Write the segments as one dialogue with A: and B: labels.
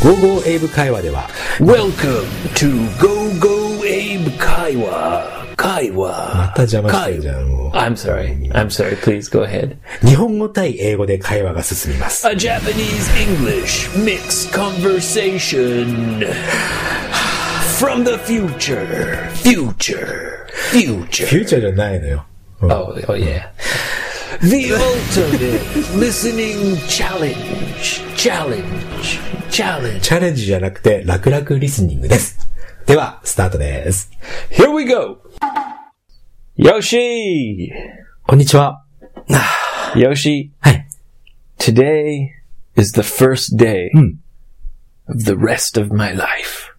A: GoGo 英語会話では
B: Welcome to Go Go Abe Kaiwa.
A: ま
B: Kaiwa.
A: た邪魔してるじゃんも
B: I'm sorry. I'm sorry. Please go ahead.
A: う日本語対英語で会話が進みます
B: A Japanese English mixed conversation from the future. Future.
A: フ
B: Future.
A: ューチャーじゃないのよ、うん
B: Oh, oh yeah. The ultimate listening challenge. Challenge. Challenge.
A: チャレンジじゃなくて楽々リスニングですではスタートです
B: Here we go. Yoshi!
A: こんにちは
B: Yoshi,
A: はい。
B: today is the first day
A: Hmm.
B: of the rest of my life.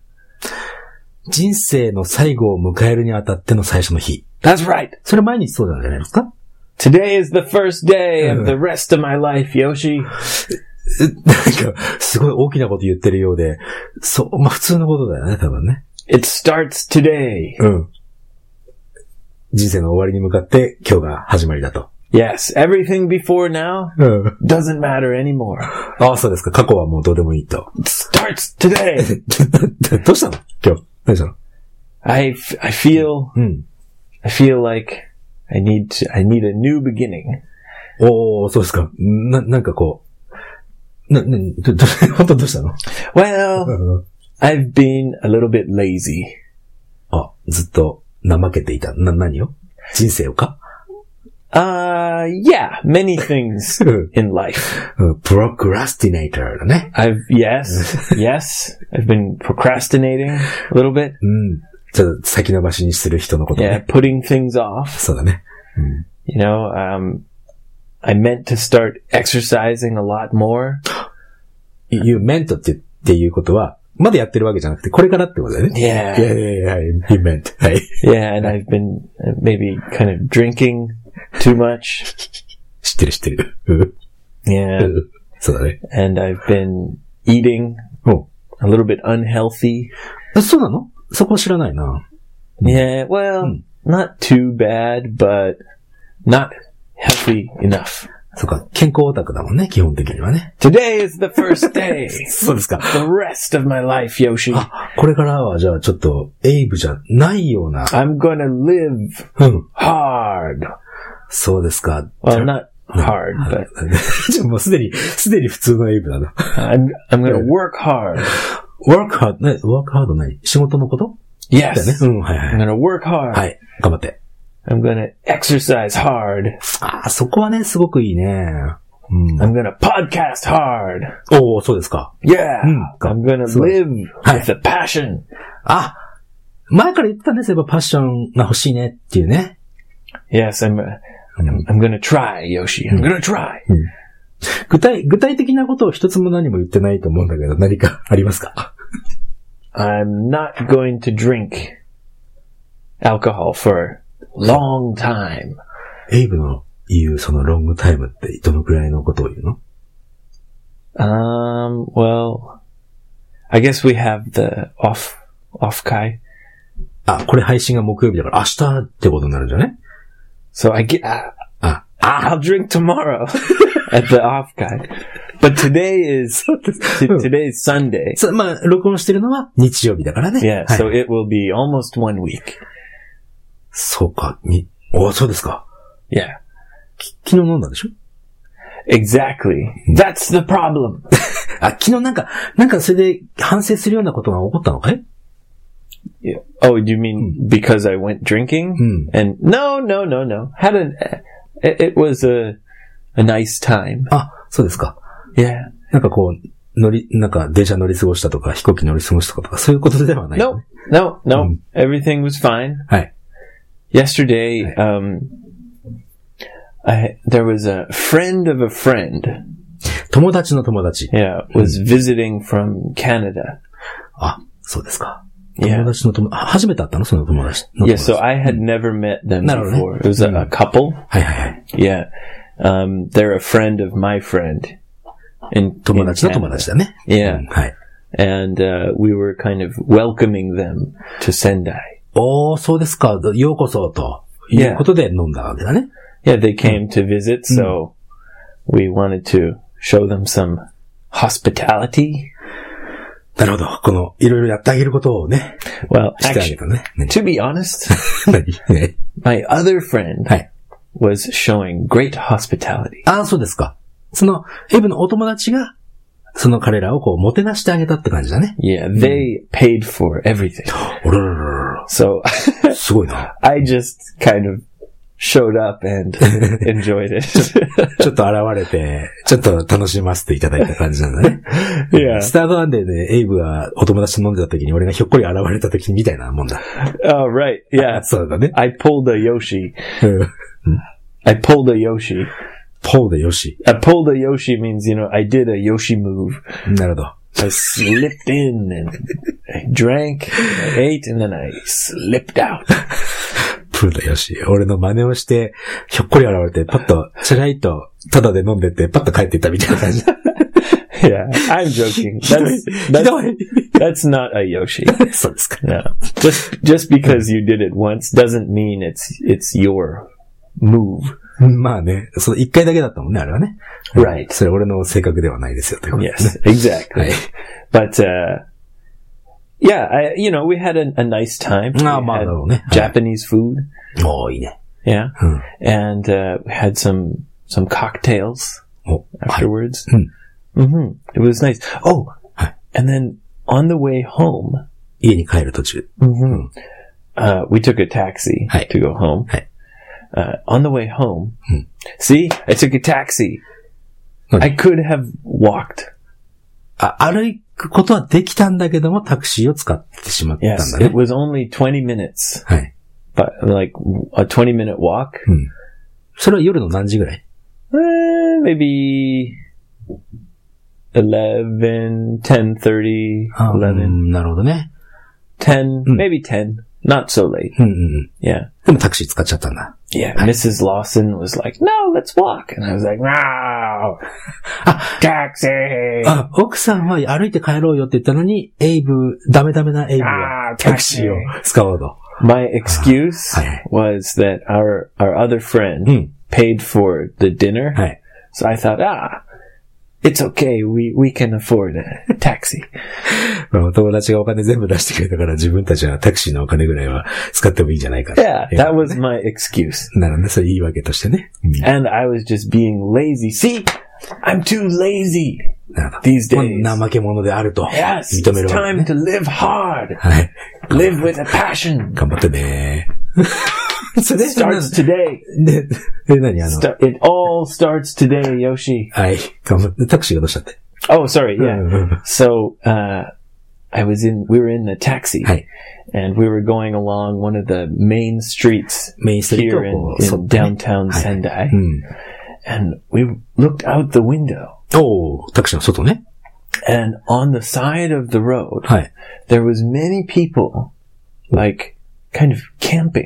A: 人生の最後を迎えるにあたっての最初の日。
B: That's right.
A: それ毎日そうなんじゃないですか
B: Today is the first day of the rest of my life, Yoshi.
A: なんか、すごい大きなこと言ってるようで、そう、まあ普通のことだよね、多分ね。
B: It starts today.
A: うん。人生の終わりに向かって今日が始まりだと。
B: Yes, everything before now
A: うん。
B: doesn't matter anymore.
A: ああ、そうですか。過去はもうどうでもいいと。
B: It starts today.
A: どうしたの今日。何したの
B: I, f- I feel,
A: うん。
B: I feel like I need to, I need a new beginning.
A: おー、そうですか。な、なんかこう。な、な、ど、 ど、本当どうしたの
B: Well,
A: うん。
B: I've been a little bit lazy.
A: あ、ずっと怠けていた。な、何を人生をか
B: Uh, yeah, many things
A: うん。
B: in life.
A: うんプロクラスティネイターだね。
B: I've yes, yes. I've been procrastinating a little bit.
A: うん。ちょっと先延ばしにする人のこと
B: Yeah,
A: ね。
B: putting things off.
A: そうだね。
B: You know, um, I meant to start exercising a lot more.
A: You meant って、っていうことは、まだやってるわけじゃなくて、これからってことだよね。い
B: Yeah,
A: やいやいや、you meant. はい。
B: yeah. And I've been uh, maybe kind of drinking too much.
A: 知ってる知ってる。うん。
B: Yeah,
A: うんそうだね。
B: and I've been eating
A: お
B: a little bit unhealthy.
A: あそうなのそこ知らないな。
B: Yeah, well, not too bad, but not healthy enough.
A: そうか、健康オタクだもんね、基本的にはね。
B: Today is the first day.
A: そうですか。
B: the rest of my life, Yoshi.
A: あ、これからはじゃあちょっと、エイブじゃないような。
B: I'm gonna live
A: うん。
B: hard.
A: そうですか。
B: Well, not hard, but
A: じゃあもうすでに、すでに普通のエイブだな。
B: I'm I'm gonna work hard.
A: work hard, ね、work hard 何仕事のことだよね。
B: Yes,
A: うん、はいはい
B: I'm。gonna work
A: は
B: hard.
A: い。頑張って。
B: I'm gonna exercise hard.
A: ああ、そこはね、すごくいいね。うん。
B: I'm gonna podcast hard.
A: おおそうですか。
B: Yeah,
A: うん。
B: I'm gonna
A: すごい。
B: live
A: はい。
B: with a passion.
A: あ前から言ってたんですよ、やっぱパッションが欲しいねっていうね。
B: Yes, I'm. uh, I'm, I'm gonna try, Yoshi. I'm gonna try.
A: 具体、具体的なことを一つも何も言ってないと思うんだけど、何かありますか
B: I'm not going to drink alcohol for a long time.
A: エイブの言うそのロングタイムってどのくらいのことを言うの
B: Um, well, I guess we have the off, off Kai.
A: あ、これ配信が木曜日だから明日ってことになるんじゃね
B: So I get, I,
A: あ、
B: I'll drink tomorrow at the off Kai. But today is, t- today is Sunday.
A: そうまあ、録音してるのは日曜日だからね。
B: Yeah,
A: はい
B: so it will be almost one week.
A: そうか、に、おそうですか。
B: Yeah,
A: 昨日飲んだんでしょ
B: exactly. That's the problem.
A: あ、昨日なんか、なんかそれで反省するようなことが起こったのかい
B: Yeah. Oh, you mean because I went drinking? And no, no, no, no. Had an, it, it was a, a nice time.
A: あ、そうですか。
B: Yeah.
A: なんかこう、乗り、なんか電車乗り過ごしたとか飛行機乗り過ごしたとか、そういうことではない、
B: No, no, no. Everything was fine.
A: はい。
B: Yesterday, um, I there was a friend of a friend.
A: 友達の友達。
B: Yeah, was visiting from Canada.
A: あ、そうですか。
B: いや
A: 友達の友達、あ初めて会ったのその友達の友
B: Yeah,
A: 達。
B: so I had never met them
A: なるほどね。
B: before. It was a, a couple.
A: はいはいはい。
B: Yeah, um, they're a friend of my friend. In,
A: 友
B: in
A: 達の友
B: Canada.
A: 達だね。
B: Yeah.
A: うんはい。
B: and uh, we were kind of welcoming them to Sendai.
A: おー、そうですか。ようこそ、ということで飲んだわけだね。
B: Yeah, they came to visit, so we wanted to show them some hospitality.
A: なるほど。この、いろいろやってあげることをね、
B: Well,
A: してあげ
B: actually,
A: たね。何
B: to be honest,
A: 何ね
B: my other friend
A: はい。
B: was showing great hospitality.
A: ああ、そうですか。その、エブのお友達が、その彼らをこう、もてなしてあげたって感じだね。
B: Yeah, they paid for everything.
A: おらららら
B: So
A: らすごいな。
B: I just kind of showed up and enjoyed it.
A: ちょっと現れて、ちょっと楽しませていただいた感じなんだね。
B: yeah.
A: スタートなんでね、エイブがお友達と飲んでた時に、俺がひょっこり現れた時みたいなもんだ。
B: Oh, right. Yeah.
A: そうだね。
B: I pulled a Yoshi.
A: うん
B: I pulled a Yoshi.
A: ポーでよし。
B: I pulled a Yoshi means, you know, I did a Yoshi move.
A: なるほど。
B: I slipped in and I drank, and I ate, and then I slipped out.
A: プーだよし。俺の真似をして、ひょっこり現れて、パッと、チャラいと、タダで飲んでって、パッと帰っていったみ たいな感じ。
B: Yeah, I'm joking.
A: ひどい
B: That's, that's,
A: ひ
B: that's not a Yoshi.
A: どい そうですか。
B: No. Just, just because you did it once doesn't mean it's, it's your move.
A: まあね、その一回だけだったもんね、あれはね。
B: Right.
A: それ俺の性格ではないですよ、ということですね。
B: Yes, exactly.
A: Right.
B: But uh, yeah, I, you know, we had a, a nice time.
A: Ah,
B: We
A: ma-
B: had
A: no, ne.
B: Japanese food.
A: おー、いいね。
B: Yeah,
A: うん。
B: and uh, we had some some cocktails
A: お、はい。
B: afterwards.
A: Hmm.
B: hmm It was nice. Oh,
A: Hi.
B: and then on the way home,
A: 家に帰る途中。
B: mhm, uh, we took a taxi
A: Hi.
B: to go home.
A: Hi.
B: Uh, on the way home, see, I took a taxi.
A: Hmm.
B: I could have walked.
A: あ、歩くことはできたんだけども、タクシーを使ってしまったん
B: Yes,
A: だね。
B: it was only twenty minutes.
A: はい。
B: but like a 20 minute walk,
A: それは夜の何時ぐらい
B: eh, maybe 11, 10,
A: あ
B: 11,
A: うんなるほどね。
B: 10,
A: Mm.
B: maybe 10. Not so late.
A: うんうんうん。
B: Yeah.
A: でもタクシー使っちゃったんだ。
B: Yeah. Mrs. Lawson was like, no, let's walk. And I was like, no, taxi.
A: あ、奥さんは歩いて帰ろうよって言ったのに、エイブ、ダメダメなエイブ
B: あ
A: が
B: ー
A: タクシーを使おうと。
B: My excuse
A: Ah, okay.
B: was that our, our other friend
A: Mm.
B: paid for the dinner.
A: はい。
B: So I thought, ah, it's okay. We, we can afford a taxi.
A: まあお友達がお金全部出してくれたから自分たちはタクシーのお金ぐらいは使ってもいいんじゃないかと。
B: Yeah, that was my excuse.
A: なるほどね。それ言い訳としてね。うん
B: And I was just being lazy. See, I'm too lazy
A: なるほ
B: these
A: ど。こ
B: days.
A: んな負け者であると
B: Yes,
A: 認める
B: it's
A: わけ、
B: time
A: ね。
B: to live hard,
A: はい。
B: live with a passion.
A: 頑張ってねそれで、
B: Starts today.
A: で、で、何あの、
B: Sta- It all starts today, Yoshi.
A: はい。頑張って、タクシーがどうしたって。
B: Oh, sorry.
A: う
B: Yeah.
A: んうんうん
B: So uh, I was in. We were in the taxi,
A: はい。
B: and we were going along one of the main streets
A: メインストリー
B: here
A: トを
B: in,
A: こう、そ
B: in
A: ってね、
B: downtown Sendai,
A: うん。
B: and we looked out the window,
A: おータクシーの外ね。
B: and on the side of the road.
A: はい。
B: there was many people like kind of camping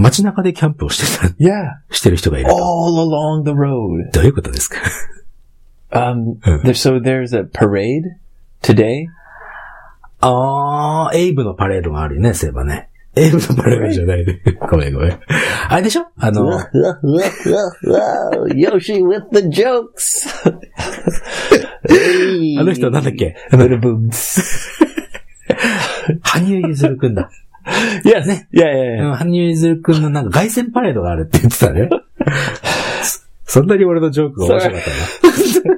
A: 街中でキャンプをしてた、
B: yeah
A: してる人がいると。
B: all along the road
A: どういうことですか
B: um
A: Huh.
B: there, so there's a parade today
A: あー、エイブのパレードがあるよね、そういえばね。エイブのパレードじゃないで。 ごめんごめん。あれでしょあの、
B: Yoshi with the jokes
A: あの人なんだっけ
B: yes
A: 羽生結弦くんだ。
B: yeah yeah
A: う
B: yeah
A: ん羽生結弦くんのなんか凱旋パレードがあるって言ってたね。そそん なに俺のジョークが面白かったな。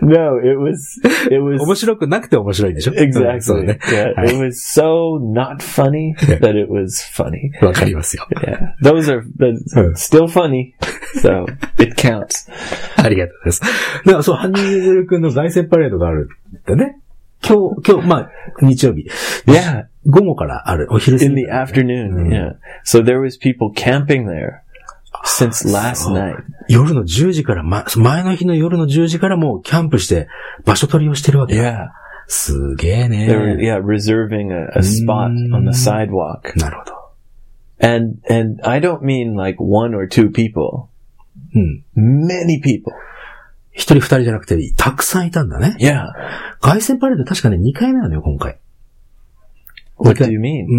B: no it was it was
A: 面白くなくて面白いんでしょ
B: exactly
A: そうね。
B: yeah
A: Hi.
B: it was so not funny that it was funny
A: わかりますよ。
B: Yeah, those are that's
A: Huh.
B: still funny, so it counts.
A: ありがとうございます。だからそう、羽生結弦くんの凱旋パレードがあるってね。今日、今日、まあ、日曜日。
B: Yeah,
A: 午後からある、お昼過
B: in
A: ぎ
B: the。afternoon. Yeah, so there was people camping there since last
A: so-
B: night.
A: 夜の10時から、ま、前の日の夜の10時からもうキャンプして、場所取りをしてるわけだ。
B: Yeah,
A: すげえ
B: they were
A: ね。
B: yeah reserving a, a spot on
A: Mm.
B: the sidewalk,
A: なるほど。
B: and and I don't mean like one or two people,
A: うん。
B: many people.
A: 一人二人じゃなくて、たくさんいたんだね。
B: Yeah,
A: 凱旋パレード確かね、2回目なのよ、今回。
B: what
A: Okay.
B: do you mean?
A: うー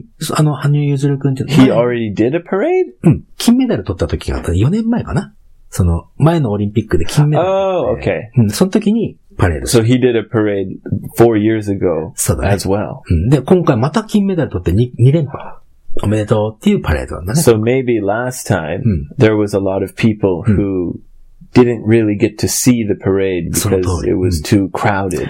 A: ん。そあの、羽生結弦くんって、
B: He
A: 前
B: already did a parade?
A: うん。金メダル取った時があった。4年前かな。その、前のオリンピックで金メダル取って。
B: Oh, okay.
A: うん、その時に、パレードして
B: So he did a parade four years ago
A: そうだね
B: as well.
A: うんで、今回また金メダル取って 2, 2連覇。おめでとうっていうパレードなんだね。
B: So maybe last time
A: Hmm.
B: there was a lot of people who didn't really get to see the parade
A: その通り。
B: because it
A: Hmm.
B: was too crowded.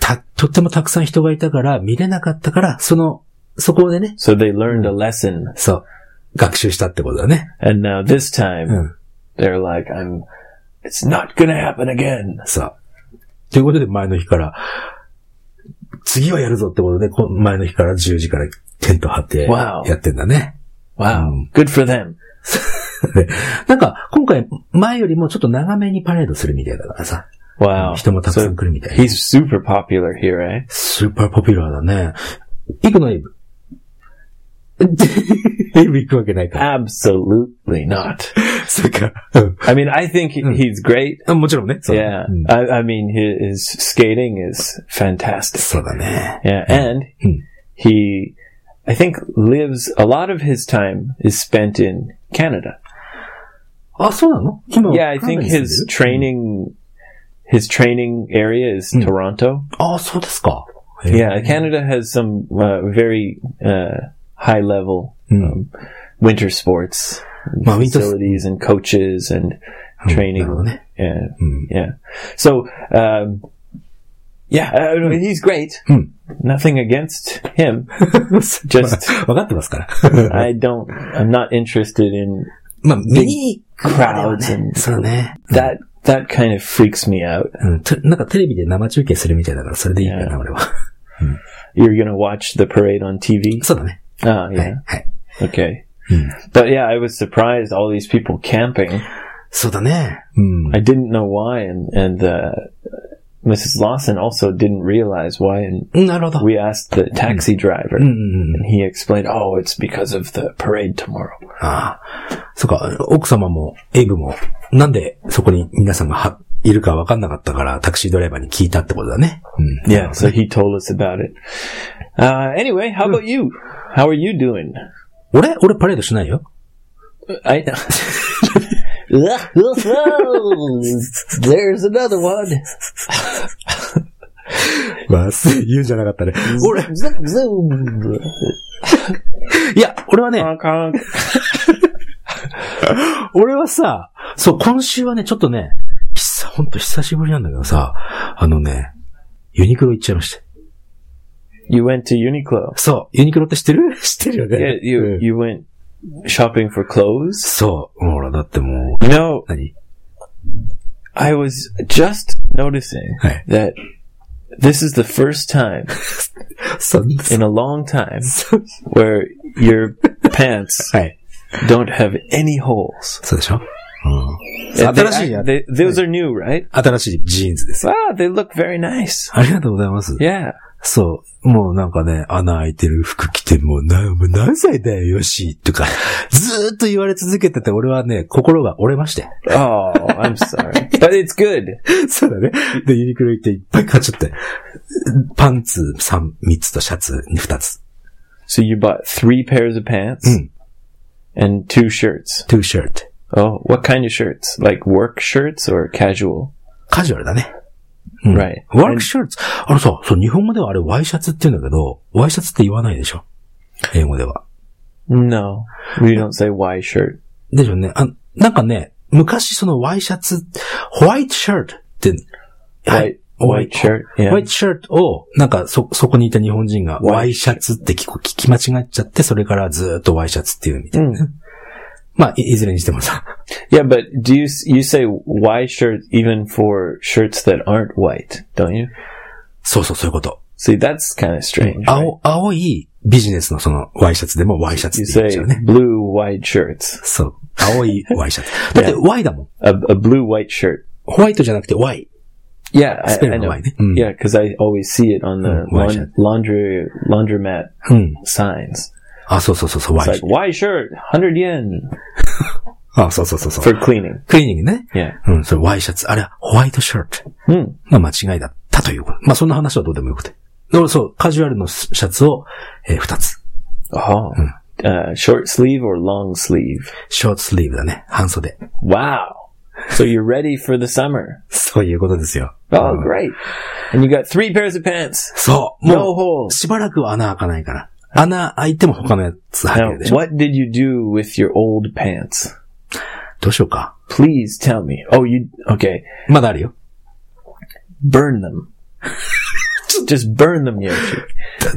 A: た、とってもたくさん人がいたから、見れなかったから、その、そこでね、
B: So they
A: Hmm.
B: learned a lesson.
A: そう、学習したってことだね。
B: And now this time
A: うん。
B: they're like, I'm, it's not gonna happen again.
A: そう。ということで、前の日から、次はやるぞってことで、こ前の日から10時からテント張って、や
B: Wow.
A: ってんだね。
B: Wow.
A: Hmm.
B: Good for them.
A: でなんか、今回、前よりもちょっと長めにパレードするみたいだからさ。
B: Wow.
A: 人もたくさん
B: So
A: 来るみたいな。
B: he's super popular here, eh?
A: スーパーポピュラーだね。行くの、エイブ。 エイブ行くわけないから。
B: Absolutely not.
A: そうか。
B: I mean, I think he- he's great.
A: うんもちろんね。そう
B: Yeah.
A: うん
B: I, I mean, his, his skating is fantastic.
A: そうだね。
B: Yeah. And
A: Hmm.
B: he, I think, lives a lot of his time is spent in Canada.
A: あ、そうなの今
B: Yeah. I think
A: カナダに住んでる
B: his training, his training area is Toronto.
A: あ、そうですか。へえ
B: Yeah. Canada has some uh, very uh, high level um, winter sports
A: まあ、ウィンター
B: facilities and coaches and
A: な
B: training.
A: るほどね。
B: Yeah,
A: Hmm.
B: yeah. So, um, yeah, I don't know, he's great.
A: Hmm.
B: Nothing against him. Just
A: わかってます から。
B: I don't. I'm not interested in
A: まあ、見に行くまでは
B: crowds
A: ね
B: and
A: そうね。
B: that. That kind of freaks me out.
A: うんとなんかテレビで生中継するみたいだから、それでいいかな、俺は。
B: You're gonna watch the parade on TV.
A: そうだね。
B: Ah,
A: はい
B: yeah.
A: はい。
B: Okay.
A: Hmm.
B: But yeah, I was surprised all these people camping.
A: そうだね。うん。
B: I didn't know why, and and uh, Mrs. Lawson also didn't realize why. And
A: なるほど。
B: we asked the taxi driver.
A: うんうんうん。
B: And he explained, oh, it's because of the parade tomorrow.
A: ああ。そうか、奥様も、エイブも、なんでそこに皆さんがはいるか分かんなかったから、タクシードライバーに聞いたってことだね。うん。
B: Yeah, so he told us about it. Uh, anyway, how about you? How are you doing?
A: 俺俺パレードしないよ。
B: I There's another one.
A: まあ、言うんじゃなかったね。俺、
B: Zoom.
A: いや、俺はね、俺はさ、そう、今週はね、ちょっとね、久、ほんと久しぶりなんだけどさ、あのね、ユニクロ行っちゃいました。
B: You went to Uniqlo.
A: そう、ユニクロって知ってる 知ってるよね。
B: Yeah,
A: うん
B: you you went shopping for clothes.
A: そう、ほら、だってもう、
B: You know,
A: 何
B: I was just noticing
A: Hey.
B: that this is the first time
A: そんな、
B: in a long time
A: そ
B: where your pants
A: はい。
B: don't have any holes.
A: そうでしょうん。
B: They-
A: 新しいや
B: they- those are new, right?
A: 新しいジーンズです。
B: Wow, ah, they look very nice.
A: ありがとうございます。
B: Yeah.
A: そう。もうなんかね、穴開いてる服着て、もうな、もう何歳だよ、よし、とか、ずーっと言われ続けてて、俺はね、心が折れまして。
B: Oh, I'm sorry. but it's good.
A: そうだね。で、ユニクロ行っていっぱい買っちゃって。パンツ3、3つとシャツ2つ。
B: So you bought three pairs of pants
A: Mm.
B: and two shirts.
A: 2シャツ。
B: Oh, what kind of shirts? Like work shirts or casual?
A: カジュアルだね。うん
B: Right.
A: ワークシャツ。あのさ、そう、日本語ではあれワイシャツって言うんだけど、ワイシャツって言わないでしょ。英語では。
B: No, we don't say Y shirt.
A: でしょうね。あ、なんかね、昔そのワイシャツ、ホワイトシャツって、
B: White, white shirt.
A: ホ
B: Yeah.
A: ワイトシャツを、なんかそ、そこにいた日本人が、
B: White
A: ワイシャツって聞こ聞き間違っちゃって、それからずーっとワイシャツっていうみたいな。
B: Mm.
A: まあ、いいずれにしてもさ。
B: Yeah, but do you s- you say Y shirt even for shirts that aren't white? Don't you?
A: そうそう、そういうこと。
B: See, that's kind of strange. right?
A: 青、青いビジネスのそのワイシャツでもワイシャツ
B: You
A: って言っ
B: say
A: ちゃうね。
B: blue white shirts.
A: そう。青いワイシャツ。だって、ワイだもん。
B: A, a blue white shirt.
A: ホワイトじゃなくてワイ。
B: Yeah, I,
A: Spell
B: I know.
A: white, eh? Mm.
B: Yeah, because I always see it on the
A: Mm, white
B: laun-
A: shirt.
B: laundry laundromat
A: うん。
B: signs.
A: あ、そうそうそうそう、ワ
B: It's
A: イ
B: like。Y shirt, hundred yen
A: あ、そうそうそうそう。
B: for cleaning.
A: クリーニングね。
B: Yeah.
A: うん、それワイシャツ。あれはホワイトシャツ
B: Hmm.
A: が間違いだったということ。まあ、そんな話はどうでもよくて。で俺そう、カジュアルのシャツを、えー二つ。
B: Oh. Uh, short sleeve or long sleeve?
A: ショートスリーブだね。半袖。
B: Wow. So you're ready for the summer.
A: そういうことですよ。
B: Oh,
A: うん
B: great. And you got three pairs of pants.
A: そう。
B: No
A: もう、
B: holes.
A: しばらくは穴開かないから。穴開いても他のやつ入
B: Now,
A: るでしょ。
B: what did you do with your old pants?
A: どうしようか。
B: Please tell me. Oh, you, okay.
A: まだあるよ。
B: Burn them. Just burn them, Yoshi.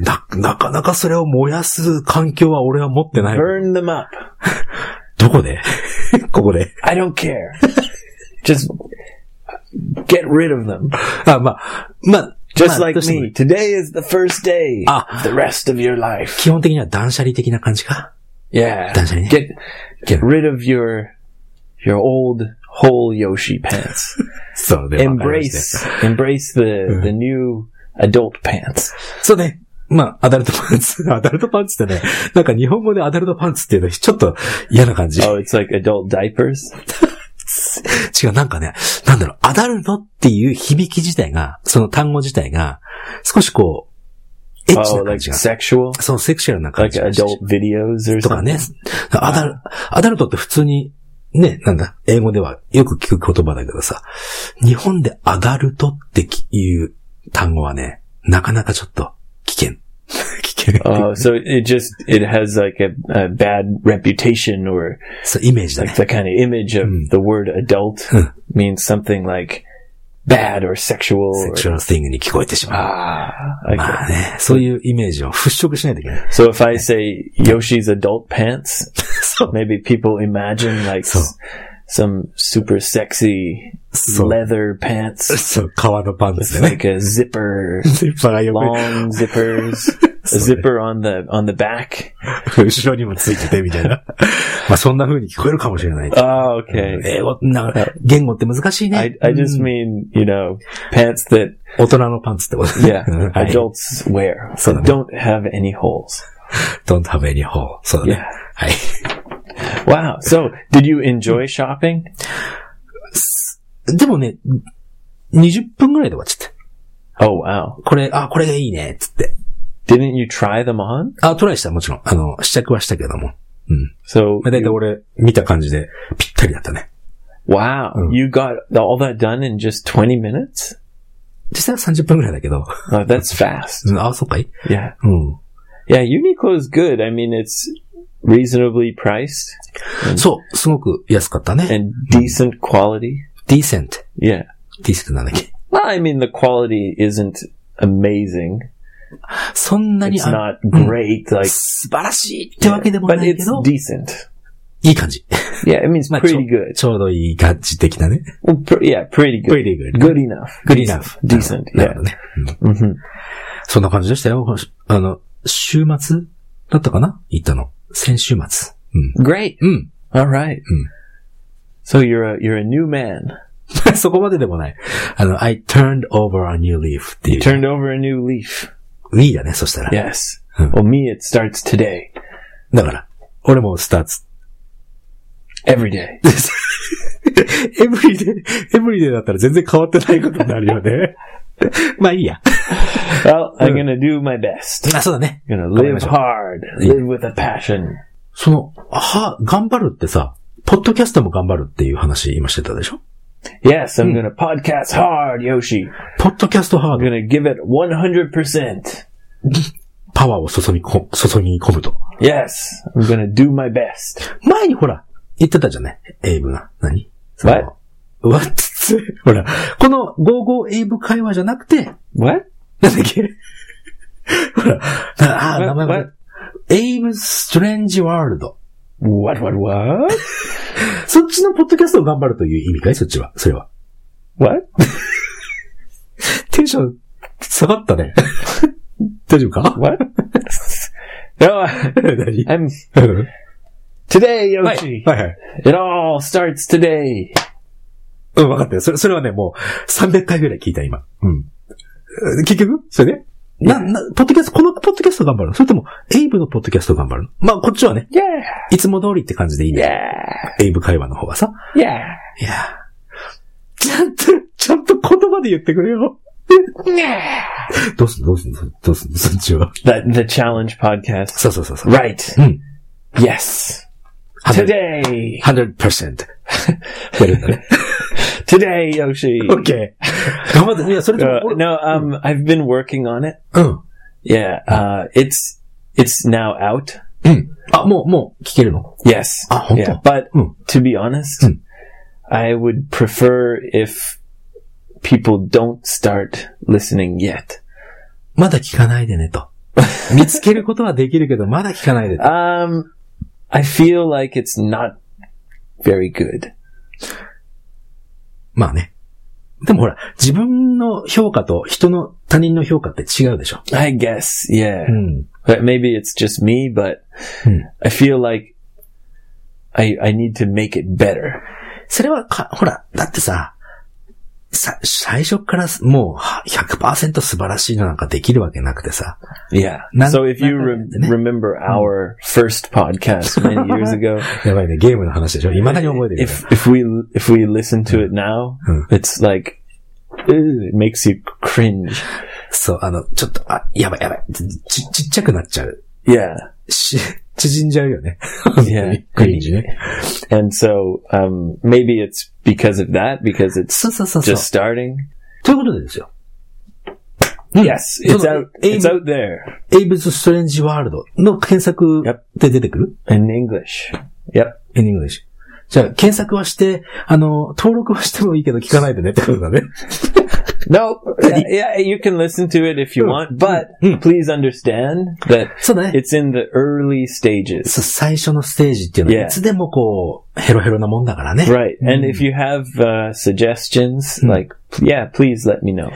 A: な、なかなかそれを燃やす環境は俺は持ってない。
B: Burn them up.
A: どこで ここで。
B: I don't care. Just get rid of them.
A: あ、まあ、まあ、
B: Just
A: まあ
B: like
A: どうしても
B: me. Today is the first day
A: Ah.
B: of the rest of your life.
A: 基本的には断捨離的な感じか。
B: Yeah.
A: That's right.
B: Get
A: Get-
B: get rid of your your old whole Yoshi pants.
A: そうね。わかりました
B: embrace embrace the the new adult pants.
A: そうね。まあ、アダルトパンツ。 アダルトパンツってね、なんか日本語でアダルトパンツっていうのちょっと嫌な感じ。
B: Oh, it's like adult diapers.
A: 違う、なんかね、なんだろう、アダルトっていう響き自体が、その単語自体が、少しこう、エッチ
B: Oh,
A: な感
B: like
A: じが。
B: sexual,
A: そのセクシュアルな感
B: like
A: じが。
B: adult videos or
A: とか
B: something.
A: ね。アダル、アダルトって普通に、ね、なんだ、英語ではよく聞く言葉だけどさ、日本でアダルトっていう単語はね、なかなかちょっと危険。 危険っていう
B: Oh, so it just it has like a, a bad reputation or
A: そうイメージだね
B: like。the kind of image of
A: Hmm.
B: the word adult means something like bad or sexual.
A: セ
B: Or,
A: クシュアルスティングに聞こえてしまう。
B: ah, okay.
A: まあね、そういうイメージを払拭しないといけない。
B: So if I say Yoshi's adult pants,
A: そう。
B: maybe people imagine like
A: So-
B: s- some super sexy
A: So-
B: leather pants,
A: そう、革のパンツでね。
B: like a zipper,
A: ジッパーが横に
B: long zippers, a zipper on the on the back.
A: 後ろにもついててみたいな。まあそんな風に聞こえるかもしれない。
B: Oh, okay.
A: 英語、な言語って難しい
B: I
A: ね。
B: I just mean you know pants that
A: 大人のパンツってこと
B: yeah
A: はい
B: adults wear
A: So-
B: that don't have any holes.
A: Don't have any hole. そうだね
B: Yeah.。
A: はい。
B: Wow. So did you enjoy shopping?
A: でもね、20分ぐらいで終わっちゃって。
B: Oh wow.
A: これ、あ、これがいいね、つって。
B: Didn't you try them on?
A: あ、トライした、もちろん。あの、試着はしたけども。
B: So
A: まあ、だいたい俺、見た感じで、ぴったりだったね。
B: Wow, you got all that done in just 20 minutes?
A: 実際は30分ぐらいだけど。
B: Oh, that's fast.
A: うんあ、そうかい
B: Yeah.
A: うん。
B: Yeah, Uniqlo is good. I mean, it's reasonably priced
A: そう、すごく安かったね。
B: and decent quality.
A: decent.
B: Yeah.
A: decent なんだっけ。
B: Well, I mean, the quality isn't amazing.
A: そんなに
B: It's
A: あの
B: not great, like,
A: 素晴らしいってわけでも
B: but
A: ないけ
B: it's
A: ど、
B: decent.
A: いい感じ。
B: Yeah, it means
A: My
B: pretty
A: cho-
B: good.
A: ちょうどいい感じ的なね。
B: Well, pr- yeah, pretty good.
A: Pretty good.
B: Good enough.
A: Good
B: Decent.
A: enough.
B: Decent.
A: なる
B: Yeah.
A: ほどね。
B: hmm
A: そんな感じでしたよ。あの、週末だったかな行ったの。先週末。
B: Great.
A: うん。うん。
B: All right. So you're a, you're a new man.
A: そこまででもない。あの、I turned over a new leaf っていう。
B: Turned over a new leaf.
A: we だね、そしたら。
B: Yes. Well, me, it starts today.
A: だから、俺もスターツ。
B: Every day.
A: エブリデイ、エブリデイだったら全然変わってないことになるよね。 まあいいや。
B: Well, I'm going to do my best.
A: あ、そうだね。
B: going to
A: 頑張り
B: live
A: ましょう
B: hard, live with a passion.
A: その、は、頑張るってさ、ポッドキャストも頑張るっていう話今してたでしょ
B: Yes, I'm going to podcast hard, Yoshi.
A: ポッドキャストハー
B: I'm
A: ド、
B: going to give it 100%.
A: パワーを注ぎこ、注ぎ込むと。
B: Yes, I'm going to do my best.
A: 前にほら、言ってたじゃないエイブが。何その
B: What？
A: わっつって、ほら、この55エイブ会話じゃなくて、
B: What?
A: なんだっけほら、なあー、名前
B: What?
A: も
B: What?。
A: エイブストレンジワールド。
B: What, what, what?
A: そっちのポッドキャストを頑張るという意味かいそっちは。それは。
B: What?
A: テンション下がったね。 大 丈夫か
B: What? no, I-
A: 何
B: I'm
A: うん
B: today,
A: はい。
B: Yoshi.
A: はいはい。
B: It all starts today.
A: うん、分かったよ。それ、それはね、もう、300回ぐらい聞いた、今。うん。え結局それで、な、な、ポッドキャスト、このポッドキャスト頑張るのそれとも、エイブのポッドキャスト頑張るのまあ、こっちはね、
B: Yeah,
A: いつも通りって感じでいいね。
B: yeah,
A: エイブ会話の方はさ。
B: yeah,
A: いやーちゃんと、ちゃんと言葉で言ってくれよ。
B: yeah.
A: どうすんのどうすんのどうすんのそっちは。
B: The, the challenge podcast.
A: そうそうそうそう。
B: Right.
A: Mm.
B: Yes.
A: Hundred-
B: Today.
A: 100%。やるんだね。
B: Today, Yoshi.
A: OK。頑張って、いや、それで
B: Uh,
A: も俺、
B: no, um, I've been working on it.
A: うん。
B: Yeah, uh, it's it's now out.
A: うん。あ、もう、もう、聞けるの
B: Yes.
A: Ah, okay.
B: yeah, but
A: Hmm.
B: to be honest,
A: Hmm.
B: I would prefer if people don't start listening yet.
A: まだ聞かないでね、と。見つけることはできるけど、まだ聞かないで。
B: Um, I feel like it's not very good.
A: まあね。でもほら、自分の評価と人の、他人の評価って違うでしょ。
B: I guess, yeah.
A: うん。
B: But maybe it's just me, but
A: Hmm.
B: I feel like I I need to make it better.
A: それはか、ほら、だってさ、さ、最初からすもうは100%素晴らしいのなんかできるわけなくてさ。
B: Yeah.
A: Nan-
B: so if
A: nan-
B: you re-
A: nan-
B: remember
A: Hmm.
B: our first podcast many years ago,
A: やばいね、ゲームの話でしょ未だに覚えてるよね、
B: if if we if we listen to it now,
A: Hmm.
B: it's like "Ew," it makes you cringe.
A: そう、あの、ちょっと、あ、やばいやばい。ち、ちっちゃくなっちゃう。
B: Yeah,
A: し、縮んじゃうよね。
B: yeah.
A: クリンジね。
B: And so um, maybe it's because of that because it's
A: そうそうそうそう。
B: just starting.
A: ということでですよ。
B: Yes, it's
A: Hmm. So,
B: out. It's
A: aim-
B: out there
A: エイブズ・ストレンジ・ワールドの検索で出てくる
B: in English. Yep.
A: エンディングでしょ。じゃあ、検索はして、あの、登録はしてもいいけど聞かないでねってことだ ね。
B: No. Yeah, yeah, you can listen to it if you want, but please understand that
A: そうだね。
B: it's in the early stages.
A: そう最初のステージっていうのは、
B: Yeah.
A: いつでもこう、ヘロヘロなもんだからね。
B: Right. And if you have uh, suggestions, like, yeah, please let me know.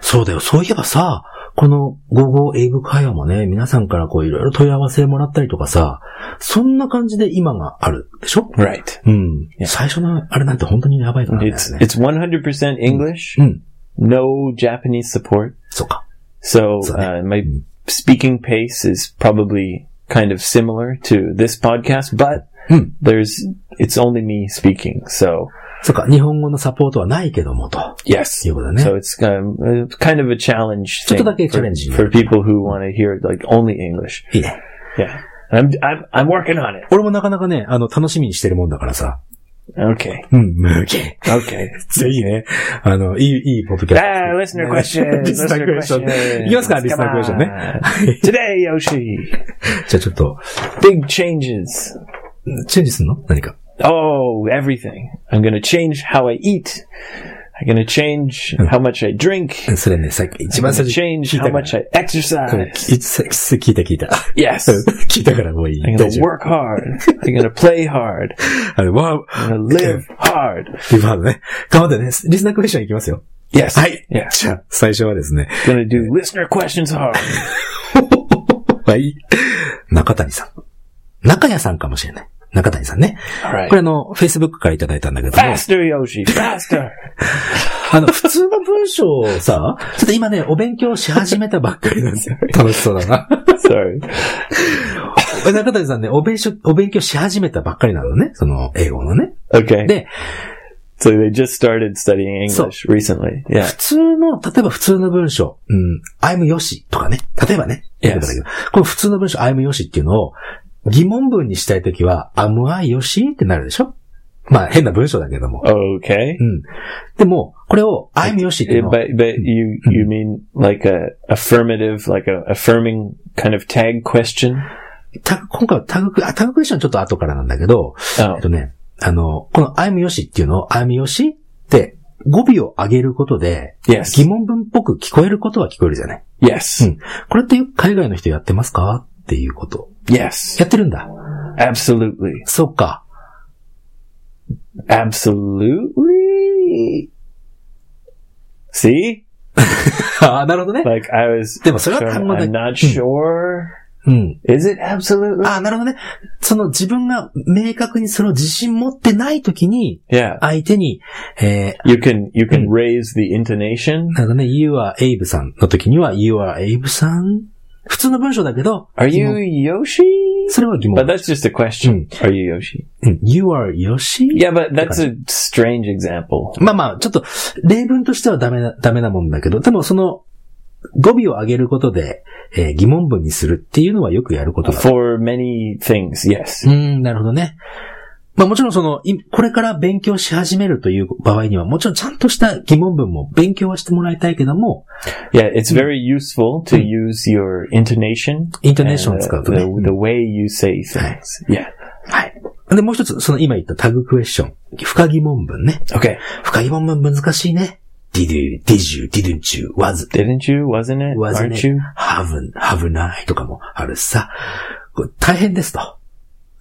A: そうだよ。そういえばさ、この午後英語会話もね、皆さんからこういろいろ問い合わせもらったりとかさ、そんな感じで今があるでしょ
B: Right.
A: うん。
B: Yeah.
A: 最初のあれなんて本当にやばいからね。
B: It's it's 100% English.
A: Mm.
B: No Japanese support.
A: そうか。
B: So
A: So,
B: uh, my speaking pace is probably kind of similar to this podcast, but
A: Mm.
B: there's it's only me speaking. So
A: そうか。日本語のサポートはないけども、と
B: yes.
A: いうことだね。
B: So it's um, uh, kind of a challenge thing
A: ちょっとだけ
B: for,
A: challenging.
B: for people who want to hear like only English.
A: いいね。
B: Yeah. I'm I'm I'm working on it.
A: 俺もなかなかね、あの、楽しみにしてるもんだからさ。
B: Okay.
A: うん、無限。
B: Okay.
A: ぜひね、あの、いい、いいポッドキャスト。
B: Ah, listener question.
A: リスナー
B: listener
A: クエスチョン
B: question.
A: ね。いきますか、リスナークエスチョンね。
B: ね。Today, Yoshi.
A: じゃあちょっと、
B: Big changes.
A: チェンジするの何か。
B: Oh, everything. I'm going to change how I eat. I'm going to change how much I drink.
A: それね、さっき一
B: I'm
A: 番
B: going
A: 最
B: to
A: 初に
B: change
A: 聞い
B: how
A: たから。
B: much
A: う
B: I
A: んき
B: exercise.
A: さっき聞いた聞 いた。
B: Yes.
A: うん聞いたからもういい。
B: I'm
A: 大
B: going to
A: 丈夫。
B: work hard. I'm going to play hard.
A: あの、わー、
B: I'm going to live hard.
A: リバードね。頑張ってね。リスナークエスチョンいきますよ。
B: Yes.
A: はい。
B: Yeah.
A: じゃあ、最初はですね。
B: Going to do listener questions hard.
A: はい。中谷さん。中谷さんかもしれない。中谷さんね。
B: All
A: これあ
B: right.
A: の、Facebook からいただいたんだけども。
B: Faster, Yoshi. Faster.
A: あの、普通の文章を さ、ちょっと今ね、お勉強し始めたばっかりなんですよ。楽しそうだな。
B: Sorry.
A: 中谷さんね、お勉強、お勉強し始めたばっかりなのね。その、英語のね。
B: Okay.
A: で、
B: So they just started studying
A: So-
B: English recently. Yeah.
A: 普通の、例えば普通の文章、うん、I'm よしとかね。例えばね。
B: Yes.
A: 例えばだけどこの普通の文章、I'm よしっていうのを、疑問文にしたいときは、am I よしってなるでしょまあ、変な文章だけども。
B: Okay.
A: うん。でも、これを、I'm よしっていう
B: Yeah,
A: のを
B: but but you you mean like a affirmative, like a affirming kind of tag question?
A: タグ今回はタグク、あタグクエスチョンちょっと後からなんだけど、え
B: Oh,
A: っとね、あの、この I'm よしっていうのを I'm よしって語尾を上げることで、
B: yes,
A: 疑問文っぽく聞こえることは聞こえるじゃない。
B: yes,
A: うん。これってよく海外の人やってますかっていうこと。
B: yes,
A: やってるんだ。
B: absolutely,
A: そうか。
B: absolutely. See,
A: ああ、なるほどね。
B: like I was.
A: でもそれは単語
B: Sure,
A: だ
B: I'm。not sure.
A: うん。
B: Is it absolutely?
A: ああ、なるほどね。その自分が明確にその自信持ってないときに、
B: Yeah,
A: 相手に、えー、
B: you can you can raise the intonation.
A: なんかね、You are Abe さんの時には、You are Abe さん普通の文章だけど、
B: Are
A: 疑
B: you
A: 問
B: Yoshi?
A: それは疑
B: But
A: 問。
B: that's just a question. Are you Yoshi?
A: うん、you are Yoshi?
B: Yeah, but that's a strange example.
A: まあまあ、ちょっと、例文としてはダメな、ダメなもんだけど、でもその、語尾を上げることで、えー疑問
B: Uh-huh.
A: 文にするっていうのはよくやることだ。
B: Hmm. For many things, yes.
A: うーん、なるほどね。まあもちろんその、いこれから勉強し始めるという場合には、もちろんちゃんとした疑問文も勉強はしてもらいたいけども、
B: Yeah, it's very useful to use your intonation.
A: イントネーションを
B: and,
A: 使
B: uh,
A: うとね。
B: the, the way you say things. Yeah.
A: はい。で、もう一つ、その今言ったタグクエスチョン。深疑問文ね。
B: Okay.
A: 深疑問文難しいね。did you, did you, didn't you, was,
B: Didn't you? Wasn't it?
A: wasn't
B: Aren't
A: it,
B: you?
A: have, have not とかもあるしさ。これ大変ですと。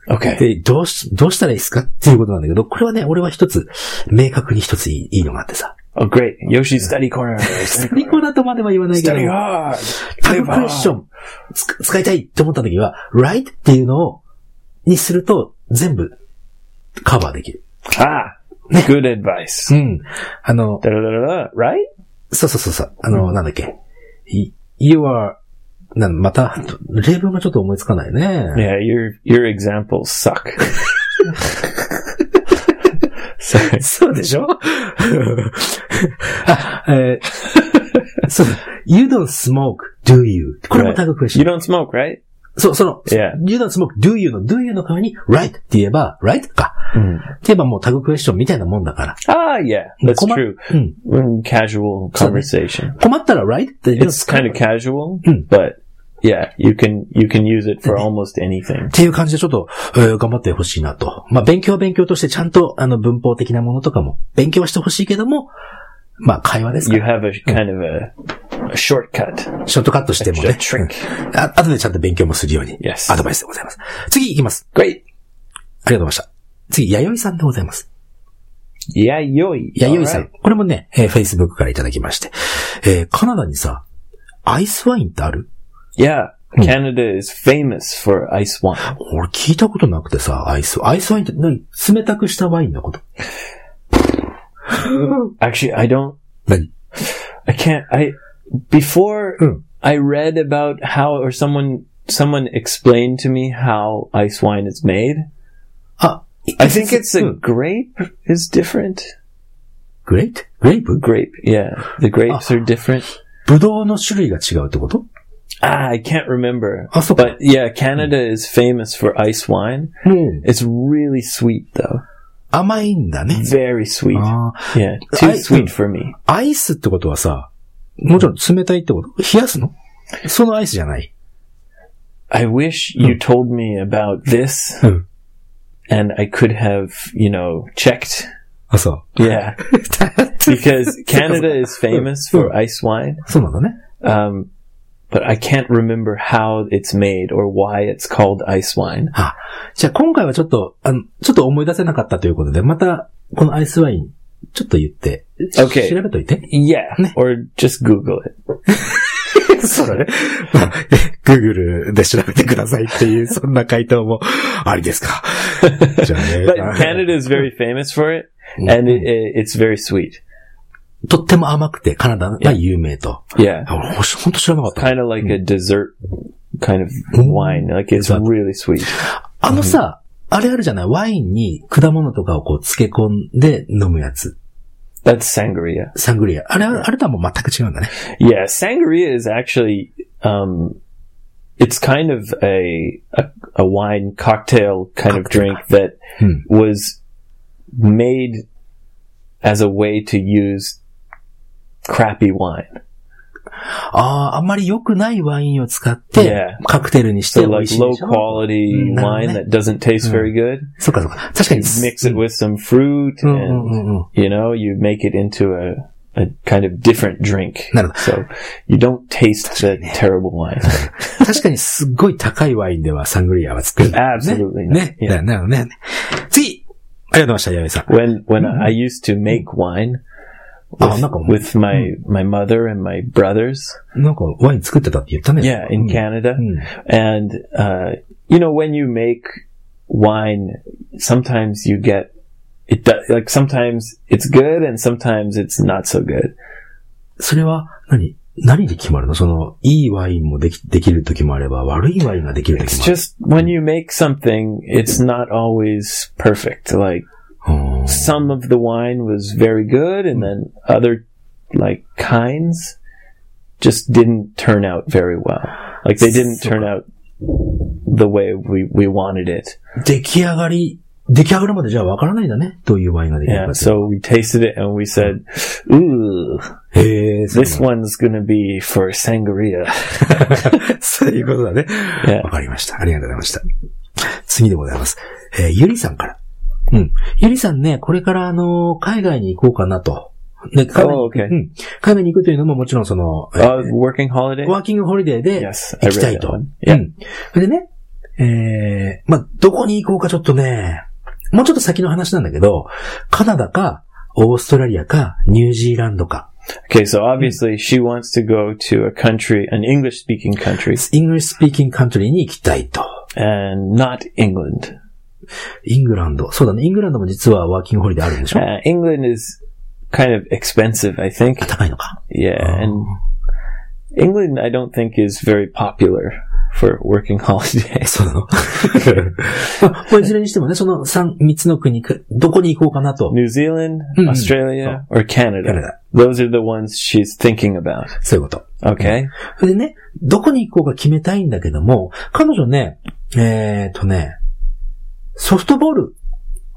B: Okay.
A: で、どうし、どうしたらいいですかっていうことなんだけど、これはね、俺は一つ、明確に一ついいいいのがあってさ。
B: Oh, great. Yoshi study corner.
A: 最高だとまでは言わないけど
B: study、hard.
A: タグクエスチョン、つ使いたいって思った時は、right っていうのを、にすると、全部、カバーできる。
B: Ah, good advice.
A: うん。あの、
B: Da, da, da, da, da, right?
A: そうそうそうそう。あの、なんだっけ。い you are, なんまた、例文がちょっと思いつかないね。
B: Yeah, your your examples suck. Sorry.
A: そうでしょ あ、えーそう。You don't smoke, do you? これもタグクエスチ
B: You
A: ョン。
B: don't smoke, right?
A: そう、その、
B: Yeah.
A: You don't smoke, do you の do you の代わりに right って言えば、right か。って言えばもうタグクエスチョンみたいなもんだから。
B: Ah, yeah, that's
A: 困っ
B: true.
A: うん。
B: Mm, Casual conversation.
A: 困ったら right って言うの
B: It's kind of casual,
A: Mm.
B: but yeah, you can you can use it for almost anything.
A: っていう感じでちょっと、えー頑張ってほしいなと。まあ、勉強は勉強としてちゃんと、あの、文法的なものとかも、勉強はしてほしいけども、まあ、会話ですか
B: You
A: ら。
B: have a kind of a, a shortcut,
A: ショートカットしても
B: a
A: ね。
B: trick.
A: あ後でちゃんと勉強もするように。
B: Yes.
A: アドバイスでございます。次行きます。
B: Great.
A: ありがとうございました。次、弥生さんでございます。
B: Yeah, yoi.
A: 弥生さ
B: All
A: ん。
B: right.
A: これもね、えー Facebook からいただきまして。えーカナダにさ、アイスワインってある
B: Yeah, Canada is famous for ice wine.
A: 俺聞いたことなくてさ、アイス、アイスワインって何冷たくしたワインの こと
B: Actually, I don't.
A: 何
B: I can't. I before
A: うん。
B: I read about how, or someone someone explained to me how ice wine is made.
A: あ、
B: I think it's a
A: うん
B: grape is different.
A: グレープグレープ
B: Grape, yeah, the grapes are different.
A: ブドウの種類が違うってこと
B: Ah, I can't remember.
A: あ、そうか
B: But。yeah, Canada is famous for ice wine.
A: うん。
B: It's really sweet though.
A: 甘いんだね。
B: Very sweet.
A: あ
B: Yeah, too
A: Ah. I-
B: sweet for me.
A: あ。アイスってことはさ、もちろん冷たいってこと冷やすのそのアイスじゃない。
B: I wish you told me about this
A: うん。
B: and I could have, you know, checked.
A: あ、 そう。
B: Yeah, because Canada is famous for ice wine.
A: そうなんだね。
B: Um, but I can't remember how it's made or why it's called ice wine.
A: あ、じゃあ今回はちょっと、あの、ちょっと思い出せなかったということで、また、このアイスワイン、ちょっと言って、
B: Okay.
A: 調べとい て。
B: Yeah, or just Google it.
A: そうだね。まあ、Google で調べてくださいっていう、そんな回答もありですか。じゃあ
B: But
A: ね。
B: Canada is very famous for it, and it, it, it's very sweet.
A: とっても甘くて、カナダが有名と。
B: Yeah,
A: あ俺、ほしほんと知らなかった。
B: kind of like a dessert kind of wine. Like Hmm. it's
A: Exactly.
B: really sweet.
A: あのさ、あれあるじゃないワインに果物とかをこう漬け込んで飲むやつ。
B: That's sangria.
A: サングリア。あれ、あれとはもう全く違うんだね。
B: Yeah, sangria is actually um, it's kind of a a, a wine cocktail kind of drink that
A: Hmm.
B: was made as a way to use crappy wine.
A: ああ、あんまり良くないワインを使って、
B: Yeah.
A: カクテルにし
B: So
A: て美味
B: like
A: しいで
B: low
A: しょ。
B: quality
A: Mm, no,
B: wine
A: no.
B: that Hmm. doesn't taste very good.
A: そっかそっか。確かに。
B: Mix it with some fruit
A: うんうんう
B: and
A: んうん。
B: you know, you make it into a a kind of different drink.
A: なるほ
B: So you don't taste the terrible wine.
A: ど。確かにすっごい高いワインではサングリアは作るんだよね。
B: Absolutely not.
A: ね。
B: Yeah.
A: だよねだよね。次ありがとうございました、矢部
B: when when I used to make wine
A: さん。あ、なんか、
B: with my my mother and my brothers,
A: なんかワイン作ってたって言ったね。
B: yeah,
A: う
B: in
A: ん
B: Canada,
A: うん。
B: and uh, you know when you make wine, sometimes you get it do, like sometimes it's good and sometimes it's not so good.
A: それは何、何で決まるのその、いいワインもでき、できる時もあれば、悪いワインができる時
B: It's
A: もある。
B: just when you make something, it's not always perfect. Like
A: うん
B: some of the wine was very good, and then other like kinds just didn't turn out very well. Like they didn't turn out the way we, we wanted it.
A: 出来上がり出来上がるまでじゃあわからないんだね、というワインが出来上
B: Yeah.
A: がって。
B: So we tasted it and we said, ooh,
A: へえ、そう
B: this
A: なんだ
B: one's gonna be for sangria.
A: そういうことだね。
B: Yeah.
A: わかりました。ありがとうございました。次でございます。えーゆりさんから。うん。ゆりさんね、これからあのー海外に行こうかなと。ね、海外に
B: Oh, okay.
A: うん。海外に行くというのももちろんその、えー
B: Uh, working holiday?
A: ワーキングホリデーで
B: Yes, I
A: 行きた
B: read
A: い
B: that
A: と。
B: one. Yeah.
A: うん。それでね、えー、まあ、どこに行こうかちょっとね、もうちょっと先の話なんだけど、カナダか、オーストラリアか、ニュージーランドか、
B: Okay, so obviously she wants to go to a country, an English speaking country,
A: English speaking country に行きたいと。
B: and not England.
A: イングランド。そうだね。イングランドも実はワーキングホリデーあるんでしょ
B: Uh, England is kind of expensive, I think.
A: 高いのか。
B: Yeah, and England, I don't think, is very popular for working holidays.
A: そうな のまあ、いずれにしてもね、その三、三つの国か、どこに行こうかなと。
B: New Zealand,
A: Mm.
B: Australia, or Hmm. Oh.
A: Canada.
B: Canada. Those are the ones she's thinking about.
A: そういうこと。
B: Okay.
A: それでね、どこに行こうか決めたいんだけども、彼女ね、えーとね、ソフトボール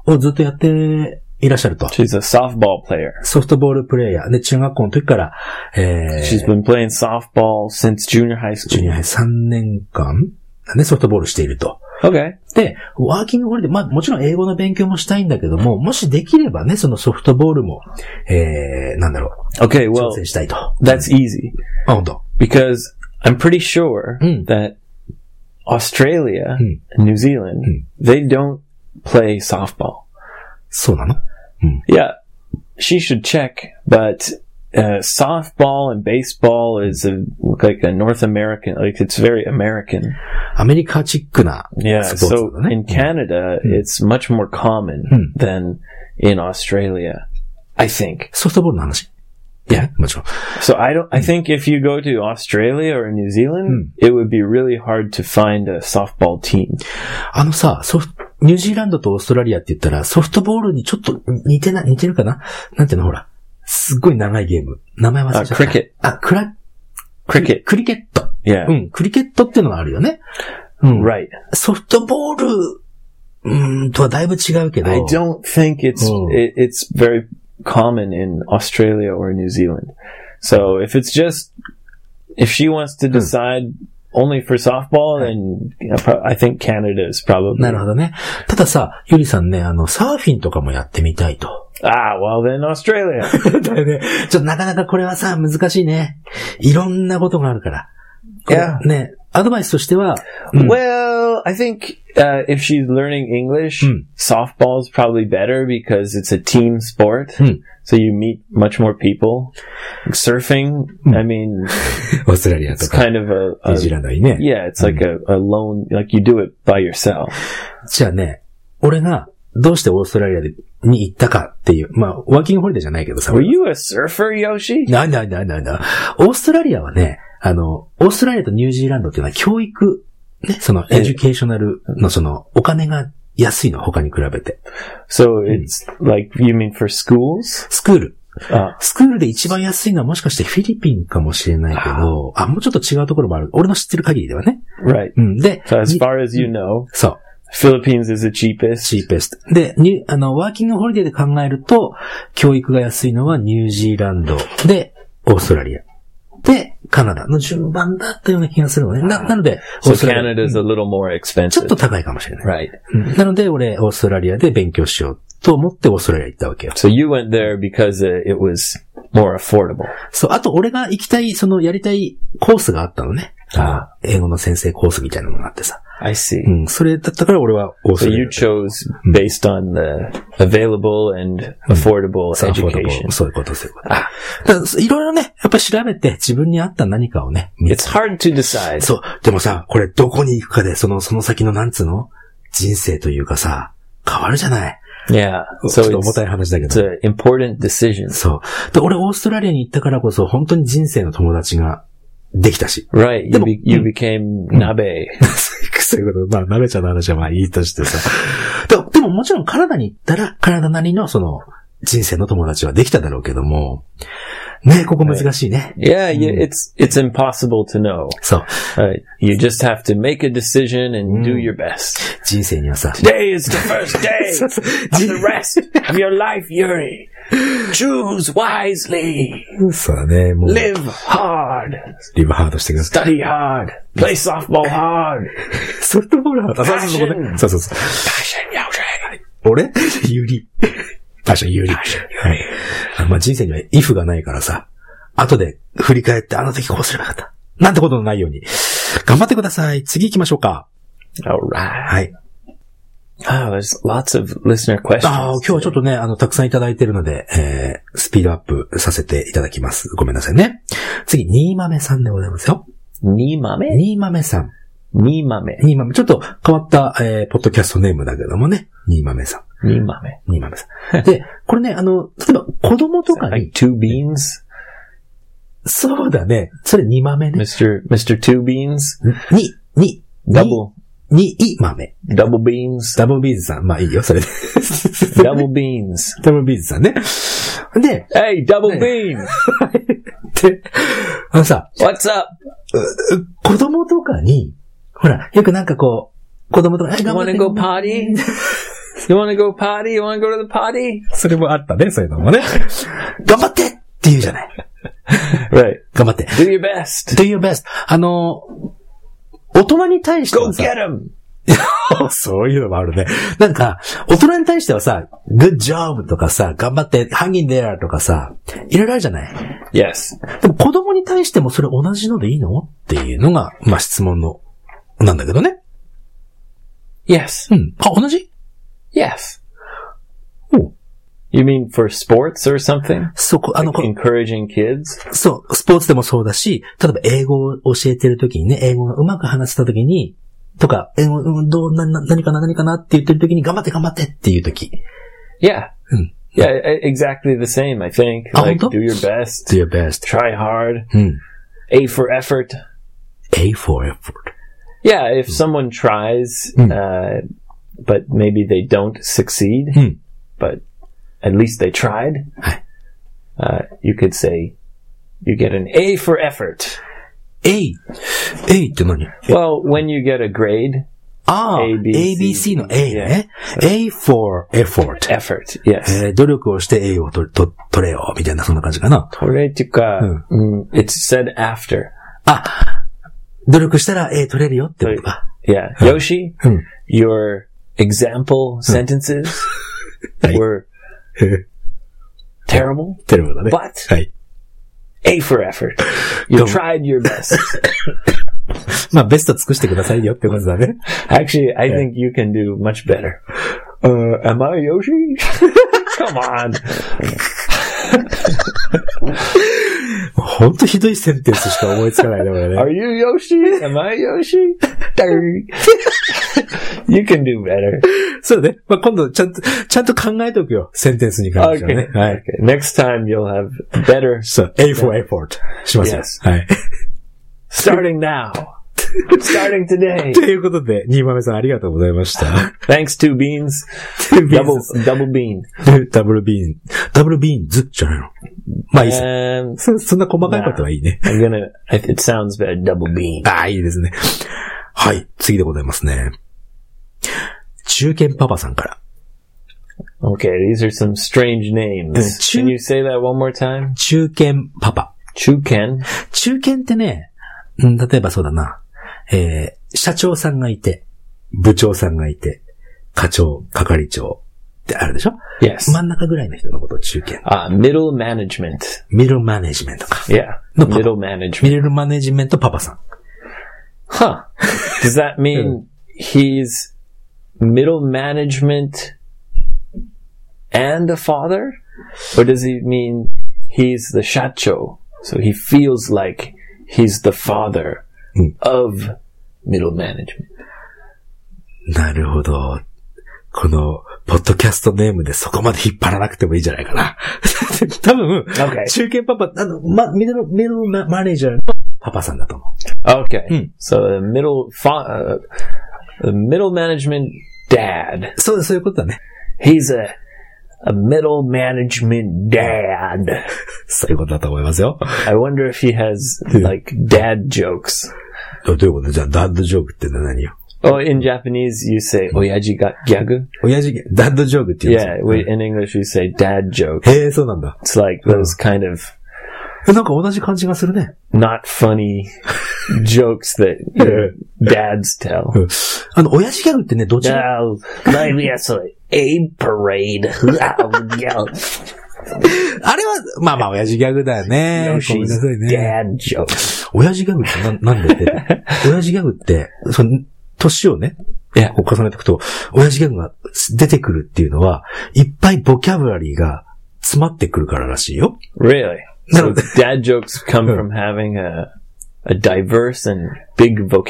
A: をずっとやっていらっしゃると。
B: She's a softball player.
A: ソフトボールプレイヤー。で、中学校の時から、えー、
B: She's been playing softball since junior high
A: ジュニ
B: school.
A: ア3年間、ね、ソフトボールしていると。
B: Okay.
A: で、ワーキングホリデー、まあもちろん英語の勉強もしたいんだけども、もしできればね、そのソフトボールも、えー、なんだろ
B: Okay,
A: う、挑
B: well,
A: 戦したいと。あ、
B: that's easy
A: 本当。
B: because I'm pretty sure
A: Mm.
B: that Australia
A: Mm.
B: and New Zealand, they don't play softball.
A: そうなの
B: Yeah, she should check, but uh, softball and baseball is a, like a North American, like it's very American.
A: アメリカチックな
B: Yeah,
A: スポー
B: so
A: ツだね
B: in。Canada, it's much more common
A: Hmm.
B: than in Australia, I think.
A: ソフトボールの話。いや、もちろん。
B: So I don't, I think if you go to Australia or New Zealand, it would be really hard to find a softball team.
A: あのさ、ソフト、ニュージーランドとオーストラリアって言ったら、ソフトボールにちょっと似てな、似てるかななんていうのほら。すっごい長いゲーム。名前忘れちゃ
B: Uh,
A: った。
B: cricket,
A: あ、クラ、
B: cricket.
A: クリケット。
B: Yeah.
A: うん、クリケットっていうのがあるよね。うん。
B: Right.
A: ソフトボール、うーんとはだいぶ違うけど。
B: I don't think it's
A: Oh.
B: it, it's very common in Australia or New Zealand. So if it's just if she wants to decide only for softball, then you know, pro- I think Canada is probably
A: なるほどね。たださ、ゆりさんね、あの、サーフィンとかもやってみたいと。
B: ah well then Australia.
A: だよね。ちょっとなかなかこれはさ、難しいね。いろんなことがあるから。これ
B: Yeah.
A: ね、アドバイスとしては、うん
B: well, I think uh, if she's learning English,
A: Mm.
B: softball's probably better because it's a team sport.
A: Mm.
B: So you meet much more people. Surfing, I mean,
A: オーストラリアと
B: it's
A: か、
B: kind of a,
A: ニュー
B: a
A: ジーランドにね。
B: Yeah, it's like a, a loan, like you do it by yourself.
A: じゃあね、俺が、どうしてオーストラリアでに行ったかっていう。まあ、ワーキングホリデーじゃないけどさ。
B: Were you a surfer, Yoshi?
A: ななななな。オーストラリアはね、あの、オーストラリアとニュージーランドっていうのは教育、ね、その
B: ええ
A: エデュケーショナルのそのお金が安いの、他に比べて。
B: So it's like, you mean for schools?
A: スクール。
B: Uh,
A: スクールで一番安いのはもしかしてフィリピンかもしれないけど、あ、もうちょっと違うところもある。俺の知ってる限りではね。
B: right.
A: うん。で、
B: So as
A: に
B: far as you know,
A: そう。
B: Philippines is the cheapest.
A: チーペスト。で、に、あの、ワーキングホリデーで考えると、教育が安いのはニュージーランドで、オーストラリア。で、カナダの順番だったような気がするのね。な、なので、オー
B: So
A: ストラリア。
B: Canada's a little more
A: ちょっ
B: expensive.
A: と高いかもしれない。
B: Right.
A: うんなので、俺、オーストラリアで勉強しようと思ってオーストラリア行ったわけよ。
B: So you went there because uh, it was more affordable.
A: そう、あと俺が行きたい、そのやりたいコースがあったのね。
B: あ
A: 英語の先生コースみたいなのがあってさ。
B: I see.
A: うん、それだったから俺はオースト
B: So
A: ラリ
B: you
A: ア。
B: chose based on the available and Mm. affordable
A: サーフォードボ
B: education.
A: ーそういうこと、そういうこと。だからいろいろね、やっぱり調べて自分に合った何かをね、見
B: It's hard to decide.
A: そう。でもさ、これどこに行くかで、その、その先のなんつうの人生というかさ、変わるじゃない。
B: Yeah.
A: ちょっ
B: So
A: と重
B: it's,
A: たい話だけ
B: it's
A: ど。
B: an important decision.
A: そう。で、俺オーストラリアに行ったからこそ、本当に人生の友達ができたし。
B: Right. You,
A: でも、
B: be, you
A: うん。
B: became nabe.
A: そういうこと。まあ、鍋ちゃんの話はまあいいとしてさ。ででももちろんカナダに行ったら、カナダなりのその、人生の友達はできただろうけども、ね、ここ難しいね。
B: Yeah, you, it's it's impossible to know.
A: そう。
B: Right? You just have to make a decision and do your best.
A: 人生には さ、
B: Today is the first day
A: そうそう
B: of the rest of your life, Yuri. Choose wisely.
A: そうだね、もう、
B: Live hard.
A: リブハードしてくださ
B: Study hard. Play softball hard.
A: い。ソフトボールハード。そうそうそうね。そうそうそう。
B: Passion, Yuri.
A: 俺 有利。パッション有利。はい。あまあ人生には if がないからさ、後で振り返ってあの時こうすればよかった。なんてことのないように。頑張ってください。次行きましょうか。
B: All right.
A: はい。
B: Oh, there's lots of listener questions.
A: ああ、今日はちょっとね、あの、たくさんいただいてるので、えー、スピードアップさせていただきます。ごめんなさいね。次、新豆さんでございますよ。
B: Nimame?
A: 新豆さん。
B: Nimame.
A: 新豆。ちょっと変わった、えー、ポッドキャストネームだけどもね。新豆さ
B: Nimame.
A: ん。新豆さ ん。で、これね、あの、例えば子供と
B: Is that
A: かに、
B: Like two beans,
A: そうだね。それ2豆ね。
B: Mister Mister Two Beans,
A: に、に、
B: double
A: に、い豆。
B: double beans,
A: ダブルビーズさん。まあいいよ、それで。
B: double beans.
A: ダブルビーズさんね。で、
B: Hey, double bean,
A: で、あのさ、
B: what's up?
A: 子供とかに、ほら、よくなんかこう、子供とか、え
B: You
A: 頑張っ
B: want
A: て
B: to go potty? You want to go potty? You want to go to the potty?
A: それもあったね、そういうのもね。頑張ってって言うじゃない。
B: Right.
A: 頑張って。
B: Do your best.
A: do your best. あの、大人に対して
B: Go
A: はさ、
B: get him.
A: そういうのもあるね。なんか、大人に対してはさ、good job とかさ、頑張って、hanging there とかさ、いろいろあるじゃない。
B: Yes.
A: でも子供に対してもそれ同じのでいいのっていうのが、まあ、質問の、なんだけどね。
B: Yes.
A: うん。あ、同じ
B: Yes.
A: Oh.
B: You mean for sports or something?
A: そこ、あの、こ
B: Encouraging kids?
A: そう、スポーツでもそうだし、例えば英語を教えてるときにね、英語がうまく話せたときに、とか、英語、うん、どう、な、な、何かな、何かなって言ってるときに、頑張って頑張ってっていうとき。
B: Yeah.
A: Hmm.
B: Yeah, e- exactly the same, I think.
A: Oh,
B: Like,
A: don't-
B: do your best.
A: do your best.
B: Try hard.
A: うん。
B: A for effort.
A: A for effort.
B: Yeah, if
A: Hmm.
B: someone tries,
A: Mm.
B: uh, but maybe they don't succeed,
A: Mm.
B: but at least they tried,
A: Hi.
B: uh, you could say you get an A for effort.
A: A。A って何
B: Well, when you get a grade,
A: ああ、
B: A B
A: ABC
B: C
A: の A ね。A for effort.
B: effort, yes.
A: えー努力をして A をとと取れよ、みたいな、そんな感じかな。
B: Toretika,
A: Hmm.
B: mm, it's said after.
A: あ、努力したら A 取れるよってことか。
B: Yeah. Yoshi,
A: Hmm.
B: your example sentences
A: Hi.
B: were terrible,
A: てることね
B: but
A: はい。
B: A for effort. You
A: Don't-
B: tried your best.
A: まあ、ベスト尽くしてくださいよってことだ ね。
B: Actually, I think you can do much better. Uh, am I Yoshi? Come on.
A: ほんとひどいセンテンスしか思いつかないね、俺ね。
B: Are you Yoshi? Am I Yoshi? Darn. you can do better.
A: そうね。まあ、今度、ちゃんと、ちゃんと考えておくよ。センテンスに関しては
B: Okay.
A: ね。はい。
B: okay. Next time you'll have better
A: そう、A for effort しますよ。
B: Yes.
A: はい。
B: starting now. starting today.
A: ということで、新豆さんありがとうございました。
B: Thanks to beans. Double double bean.
A: ダブルビーン、ダブルビーンズじゃないの。まあいいです。
B: Um,
A: そそんな細かいことはいいね。
B: I'm gonna. It it sounds bad. Double bean.
A: ああ、いいですね。はい、次でございますね。中堅パパさんから。
B: Okay, these are some strange names.
A: Uh, chu-
B: Can you say that one more time?
A: 中堅パパ。
B: Chuken.
A: 中堅ってね、うん例えばそうだな、えー、社長さんがいて、部長さんがいて、課長、係長ってあるでしょ
B: Yes.
A: 真ん中ぐらいの人のことを中堅。
B: Uh, middle management.
A: ミルマネジメントか。
B: Yeah.
A: No, Papa.
B: middle
A: ミ
B: management.
A: ルマネジメントパパさん。
B: Huh. Does that mean he's middle management and a father? Or does he mean he's the shacho? So he feels like he's the father
A: Mm.
B: of middle management.
A: なるほど。この、ポッドキャストネームでそこまで引っ張らなくてもいいんじゃないかな。 多分、
B: Okay.
A: 中堅パパ、あの、ま、ミドル、ミドルママネージャーのパパさんだと思う。
B: Okay.
A: Mm.
B: Hmm. So the middle, fa- uh, the middle management dad.
A: そう、そういうことだね。
B: He's a a middle management dad.
A: 最後だと思いますよ。
B: I wonder if he has like dad jokes.
A: どういうことじゃあ、ダッドジョークって何よ
B: Oh, in Japanese you say oyaji ga gyagu.
A: 親父、ダッドジョークって言うんです
B: Yeah,
A: よ。
B: we, in English we say dad joke.
A: へえ、そうなんだ。
B: It's like those kind of
A: えなんか同じ感じがするね。
B: not funny jokes that you know, dads tell.
A: うんあの、親父ギャグってね、どっちら
B: Oh, let me ask you, a parade. Yeah,
A: あれは、まあまあ、親父ギャグだよね。ごめんな
B: Yoshi's
A: さいね。
B: dad joke.
A: 親父ギャグってな、なんで って。親父ギャグって、その、年をね、
B: Yeah.
A: こう重ねていくと、親父ギャグが出てくるっていうのは、いっぱいボキャブラリーが詰まってくるかららしいよ。
B: Really?
A: No.
B: So dad jokes come from having a a diverse and big
A: そ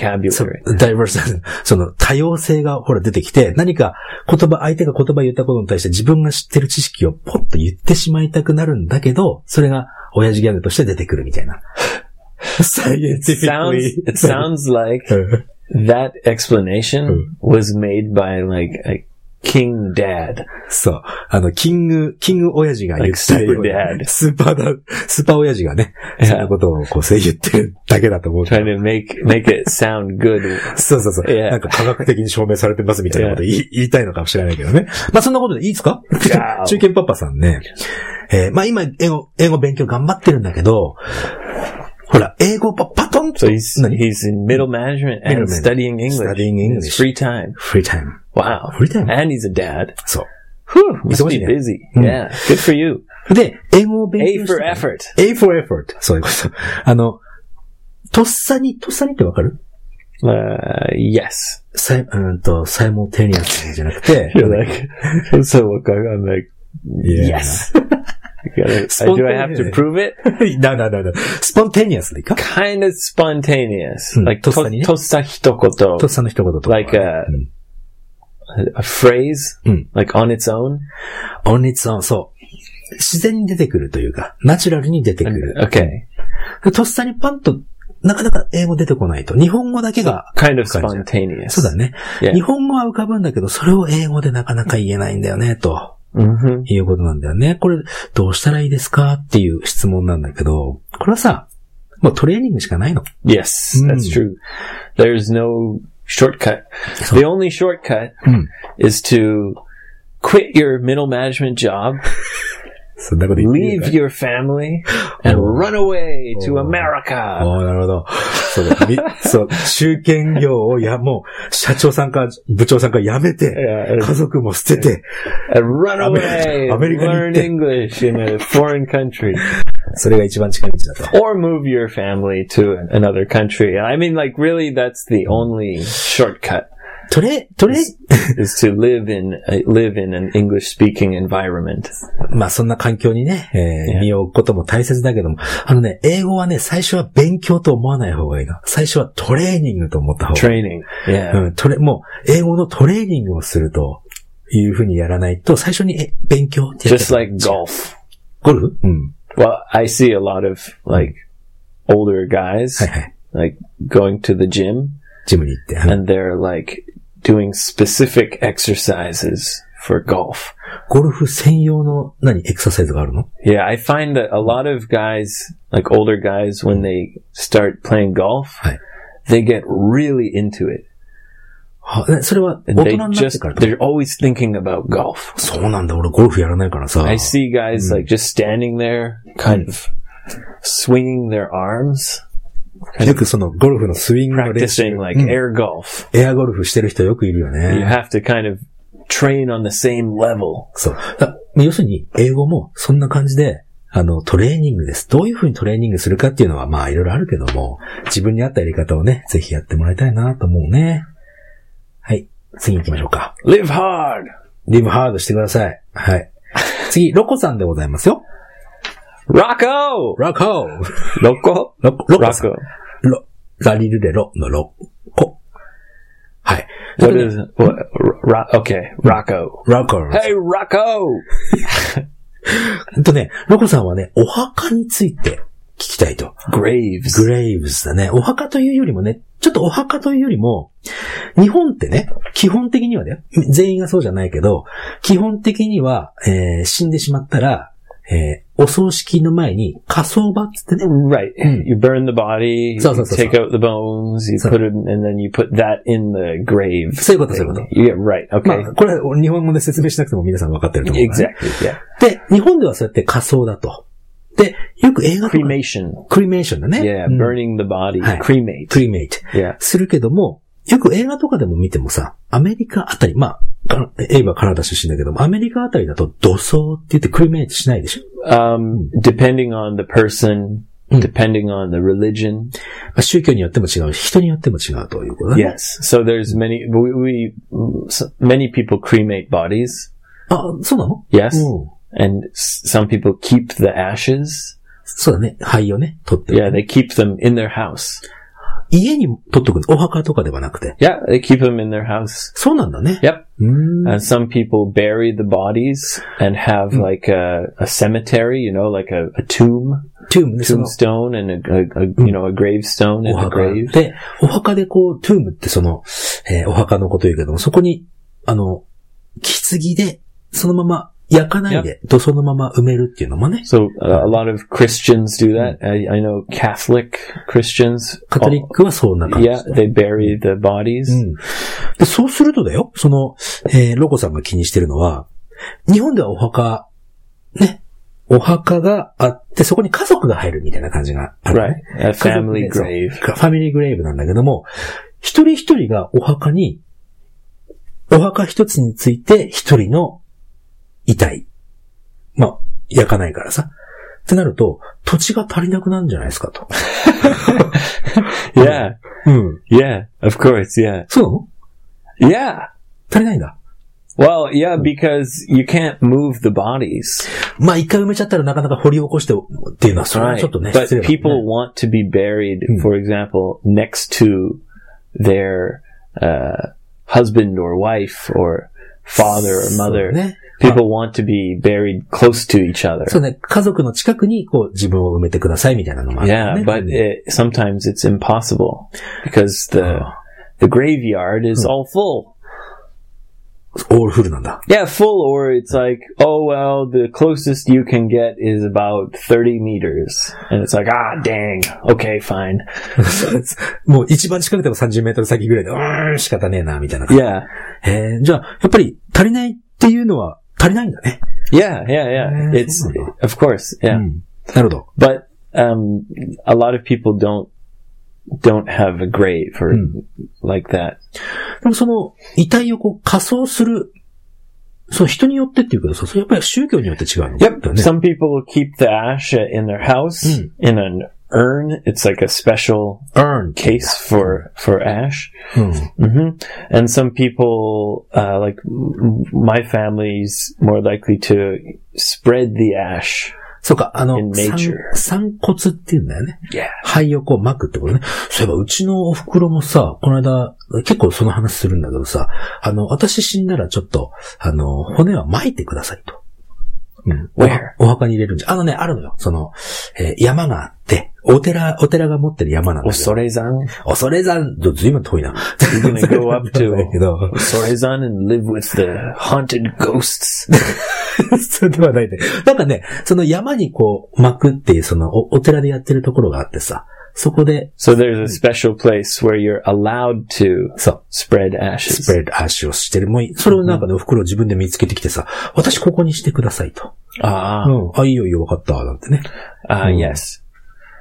B: vocabulary.
A: う、ダイバース、 その多様性がほら出てきて、何か言葉、相手が言葉言ったことに対して自分が知ってる知識をポッと言ってしまいたくなるんだけど、それが親父ギャグとして出てくるみたいな。
B: Sounds it sounds like
A: うん。
B: that
A: Hmm.
B: explanation was made by like a king dad.
A: そう。あの、キング、キング親父が言ったよう
B: Like Super Dad
A: なスーパーだ、スーパー親父がね、
B: Yeah.
A: そんなことをこう、言ってるだけだと思う。
B: Trying to make make it sound good.
A: そうそうそう。
B: Yeah.
A: なんか科学的に証明されてますみたいなこと言い,、言いたいのかもしれないけどね。まあそんなことでいいですか
B: Yeah.
A: 中堅パパさんね。えーまあ今、英語、英語勉強頑張ってるんだけど、ほら、英語パパトンと、
B: So he's
A: 何
B: he's in middle management and
A: Hmm. Middle management.
B: studying English.
A: Studying
B: in
A: English.
B: his Free time.
A: フリータイム。
B: Wow.
A: Free time.
B: And he's a dad.
A: そ
B: Whew, must
A: always
B: be
A: a dad.
B: busy.
A: Mm.
B: Yeah. Good for you.
A: う。で、英語を勉
B: A
A: 強して
B: for effort.
A: A for effort. そういうこと。あの、とっさに、とっさにってわかる
B: Uh, yes.、
A: サイ、うんと、サイモテニアスじゃなくて
B: You're like, so what, I'm like, yes. You gotta- uh, do I have to
A: Spontaneous.
B: prove it?
A: だだだだ。スポンテニアスでいいか
B: Kind of spontaneous.
A: Hmm,
B: Like, to,
A: とっさにね。
B: tosahitokoto.
A: とっさの一言とか。
B: Like a,
A: うん
B: a phrase,
A: Hmm.
B: like on its own.
A: on its own, そう。自然に出てくるというか、ナチュラルに出てくる。
B: Okay.
A: とっさにパンと、なかなか英語出てこないと。日本語だけが、
B: Kind of
A: 感じ。
B: spontaneous.
A: そうだね。
B: Yeah.
A: 日本語は浮かぶんだけど、それを英語でなかなか言えないんだよね、と
B: Mhm.
A: いうことなんだよね。これ、どうしたらいいですかっていう質問なんだけど、これはさ、もうトレーニングしかないの。
B: Yes,
A: Hmm.
B: that's true. There's no shortcut. The only shortcut
A: Hmm.
B: is to quit your middle management job
A: そんなこと言っていいの
B: leave
A: か
B: your family and
A: Oh.
B: run away to
A: Oh.
B: America.
A: おーなるほど。そうだ みそう、中堅業をや、もう、社長さんか部長さんか辞めて、
B: Yeah, and-
A: 家族も捨てて、
B: and run away,
A: Amer- America
B: learn
A: did.
B: English in a foreign country,
A: それが一番近道だと。
B: or move your family to an- another country. I mean, like, really, that's the only shortcut
A: トレ、トレ、
B: is to live in uh, live in an English speaking environment.
A: まあそんな環境にね、えー身を置くことも大切だけども、あのね、英語はね、最初は勉強と思わない方がいいな。最初はトレーニングと思った方がいい。
B: Training, yeah.
A: うん、トレ、もう、英語のトレーニングをするというふうにやらないと、最初に、え、勉強ってやっ
B: Just
A: た
B: like golf.
A: ゴルフうん。
B: Well, I see a lot of like older guys
A: はいはい。
B: like going to the gym
A: ジムに行って。あの
B: and they're like doing specific exercises for golf.
A: ゴルフ専用の、何、エクササイズがあるの
B: Yeah, I find that a lot of guys, like older guys, when they start playing golf,
A: Right.
B: they get really into it.
A: はねそれは、大
B: And
A: 人
B: they
A: になって
B: just,
A: からと
B: they're always thinking about golf.
A: そうなんだ、俺ゴルフやらないからさ。
B: I see guys like just standing there, kind of swinging their arms,
A: よくその、ゴルフのスイングの練習
B: practicing、like air golf.
A: エアゴルフしてる人よくいるよね。
B: You have to kind of train on the same level.
A: そう。だ要するに、英語もそんな感じで、あの、トレーニングです。どういうふうにトレーニングするかっていうのは、まあ、いろいろあるけども、自分に合ったやり方をね、ぜひやってもらいたいなと思うね。はい。次行きましょうか。
B: Live hard!
A: リブハードしてください。 はい。次、ロコさんでございますよ。
B: Rocco!
A: ロコ
B: ロコ
A: ロコロコさん
B: Rocco.
A: ロ、ラリルレロのロコ。はい。
B: What is what? Ro- okay, Rocco.
A: ロコ。
B: Hey, Rocco.
A: えっとね、ロコさんはね、お墓について聞きたいと。
B: Graves.
A: グレイブズだね。お墓というよりもね、ちょっとお墓というよりも、日本ってね、基本的にはね、全員がそうじゃないけど、基本的には、えー死んでしまったら、えーお葬式の前に火葬場っつってね、
B: Right. You burn the body, you
A: Hmm. So, so, so,
B: take
A: so.
B: out the bones, you
A: So.
B: put it, and then you put that in the grave.
A: そういうことそういうこと。
B: Yeah, right.
A: ま
B: Okay.
A: あ、これ、日本語で説明しなくても皆さん分かってると思うからね、
B: exactly. Yeah.
A: で、日本ではそうやって火葬だと。で、よく映画とか、
B: Cremation.
A: クリメーションだね。
B: Yeah,
A: うん
B: burning the body.
A: Hi.
B: Cremate.
A: クリメイト。
B: Yeah.
A: するけども、よく映画とかでも見てもさ、アメリカあたり、まあか、エイバはカナダ出身だけども、アメリカあたりだと土葬って言ってクリメイトしないでしょ
B: Um, depending on the person,
A: Mm.
B: depending on the religion.
A: まあ宗教によっても違うし、人によっても違うということだね。
B: Yes. So there's many, we, we so many people cremate bodies.
A: あ、そうなの
B: Yes.
A: うん。
B: And s- some people keep the ashes.
A: そうだね。灰をね、取っておく
B: Yeah, they keep them in their house.
A: 家に取っとくの。お墓とかではなくて。
B: Yeah, they keep them in their house.
A: そうなんだね。
B: Yep.
A: うーん。
B: And Uh, some people bury the bodies and have like a, a cemetery, you know, like a, a tomb,
A: トゥームね、その、
B: tombstone and a, a, a you know, a gravestone
A: お
B: and a
A: 墓。
B: grave.
A: で、お墓でこう、トゥームってその、えーお墓のこと言うけども、そこに、あの、棺で、そのまま焼かないで、土葬のまま埋めるっていうのもね、
B: So uh, a lot of Christians do that. I, I know Catholic Christians.
A: カトリッ
B: all-
A: クはそんな感じ。
B: yeah, they bury the bodies.
A: うん。で、そうするとだよ、その、えーロコさんが気にしてるのは、日本ではお墓、ね、お墓があって、そこに家族が入るみたいな感じがある、
B: Right, a
A: 家族で
B: family
A: そう
B: grave.
A: ファミリーグレイブなんだけども、一人一人がお墓に、お墓一つについて一人の遺体。まあ、焼かないからさ。ってなると、土地が足りなくなるんじゃないですかと。
B: Yeah,
A: うん。
B: yeah, of course, yeah,
A: そうなの
B: yeah.
A: 足りないんだ。
B: Well, yeah, because you can't move the bodies,
A: まあ一回埋めちゃったらなかなか掘り起こしてっていうのは、それは
B: right?
A: ちょっとね、
B: but
A: 失礼だもんね
B: people want to be buried,
A: Hmm.
B: for example, next to their uh, husband or wife or father or
A: そう
B: mother.
A: ね。
B: People want to be buried close to each other.
A: そうね、家族の近くにこう自分を埋めてくださいみたいなのもある、ね。
B: Yeah, but
A: うん
B: it, sometimes it's impossible because the
A: Oh. Hmm.
B: the graveyard is all full.
A: オールフルなんだ。
B: Yeah, full or it's like, oh well, the closest you can get is about 30 meters. And it's like, ah dang. Okay, fine.
A: もう一番近くても30メートル先ぐらいで、うーん、仕方ねえな、みたいな。
B: Yeah.
A: えー、じゃあ、やっぱり足りないっていうのは足りないんだね。
B: Yeah, yeah, yeah. Hmm.
A: Yeah,
B: It's
A: something like
B: of course, yeah.
A: ん。なるほど。
B: But um a lot of people don't don't have a grave or
A: Mm.
B: like that.
A: でもその遺体をこう仮装する、その人によってっていうけど、そうそれやっぱり宗教によって違うの。だ
B: Yep.
A: よね。
B: Some people keep the ash uh, in their house
A: Mm.
B: in an urn. It's like a special
A: earn
B: case for for ash.
A: うん。
B: hmm And some people, uh, like m- my family's, more likely to spread the ash.
A: そうか、あの
B: In、nature.
A: 散骨っていうんだよね。
B: Yeah.
A: 肺をこう巻くってことね。そういえば、うちのお袋もさ、この間、結構その話するんだけどさ、あの、私死んだらちょっと、あの、骨は巻いてくださいと。うん。
B: Where？
A: お墓に入れるんじゃ。あのね、あるのよ。その、えー山があって、お寺、お寺が持ってる山なんだけど。
B: Osorezan.
A: 恐れ山、ずいぶん遠いな。
B: You're gonna go up
A: だけ
B: to
A: ど。
B: Osorezan and live with the haunted ghosts.
A: そうではないね。なんかね、その山にこう巻くっていう、そのおお寺でやってるところがあってさ、そこで、
B: So there's a special place where you're allowed to
A: そう、
B: spread
A: ス
B: ashes.
A: プレッドアッシュをしてる。もうい、それをなんかね、お袋を自分で見つけてきてさ、私ここにしてくださいと。
B: Ah,
A: うん。あ、いいよいいよ、わかった、なんてね。
B: ah,
A: Mm.
B: yes.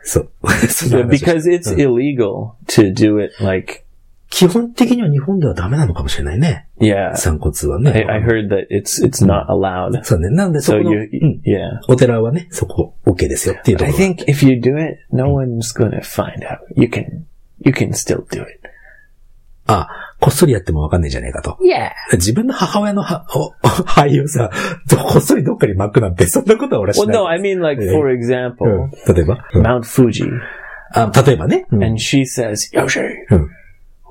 A: そう。 そん
B: Yeah,
A: な話をして
B: because it's illegal to do it like
A: 基本的には日本ではダメなのかもしれないね。
B: yeah
A: 散骨は
B: I,
A: ね。
B: I heard that it's it's not allowed
A: そうね。なんでそ
B: so
A: この、
B: you
A: うん
B: yeah
A: お寺はね、そこ OK ですよっていうと
B: I
A: ころ。
B: think if you do it no one's gonna find out you can you can still do it
A: あ、こっそりやってもわかんないじゃねえかと。
B: yeah
A: 自分の母親のはおお肺をさ、どこっそりどっかに巻くなんて、そんなことは俺はし
B: well
A: ない。
B: no I mean like
A: Yeah.
B: for
A: う
B: example
A: ん、例えば、うん
B: Mount Fuji
A: あ例えばね、うん
B: and she says Yoshi
A: Hmm.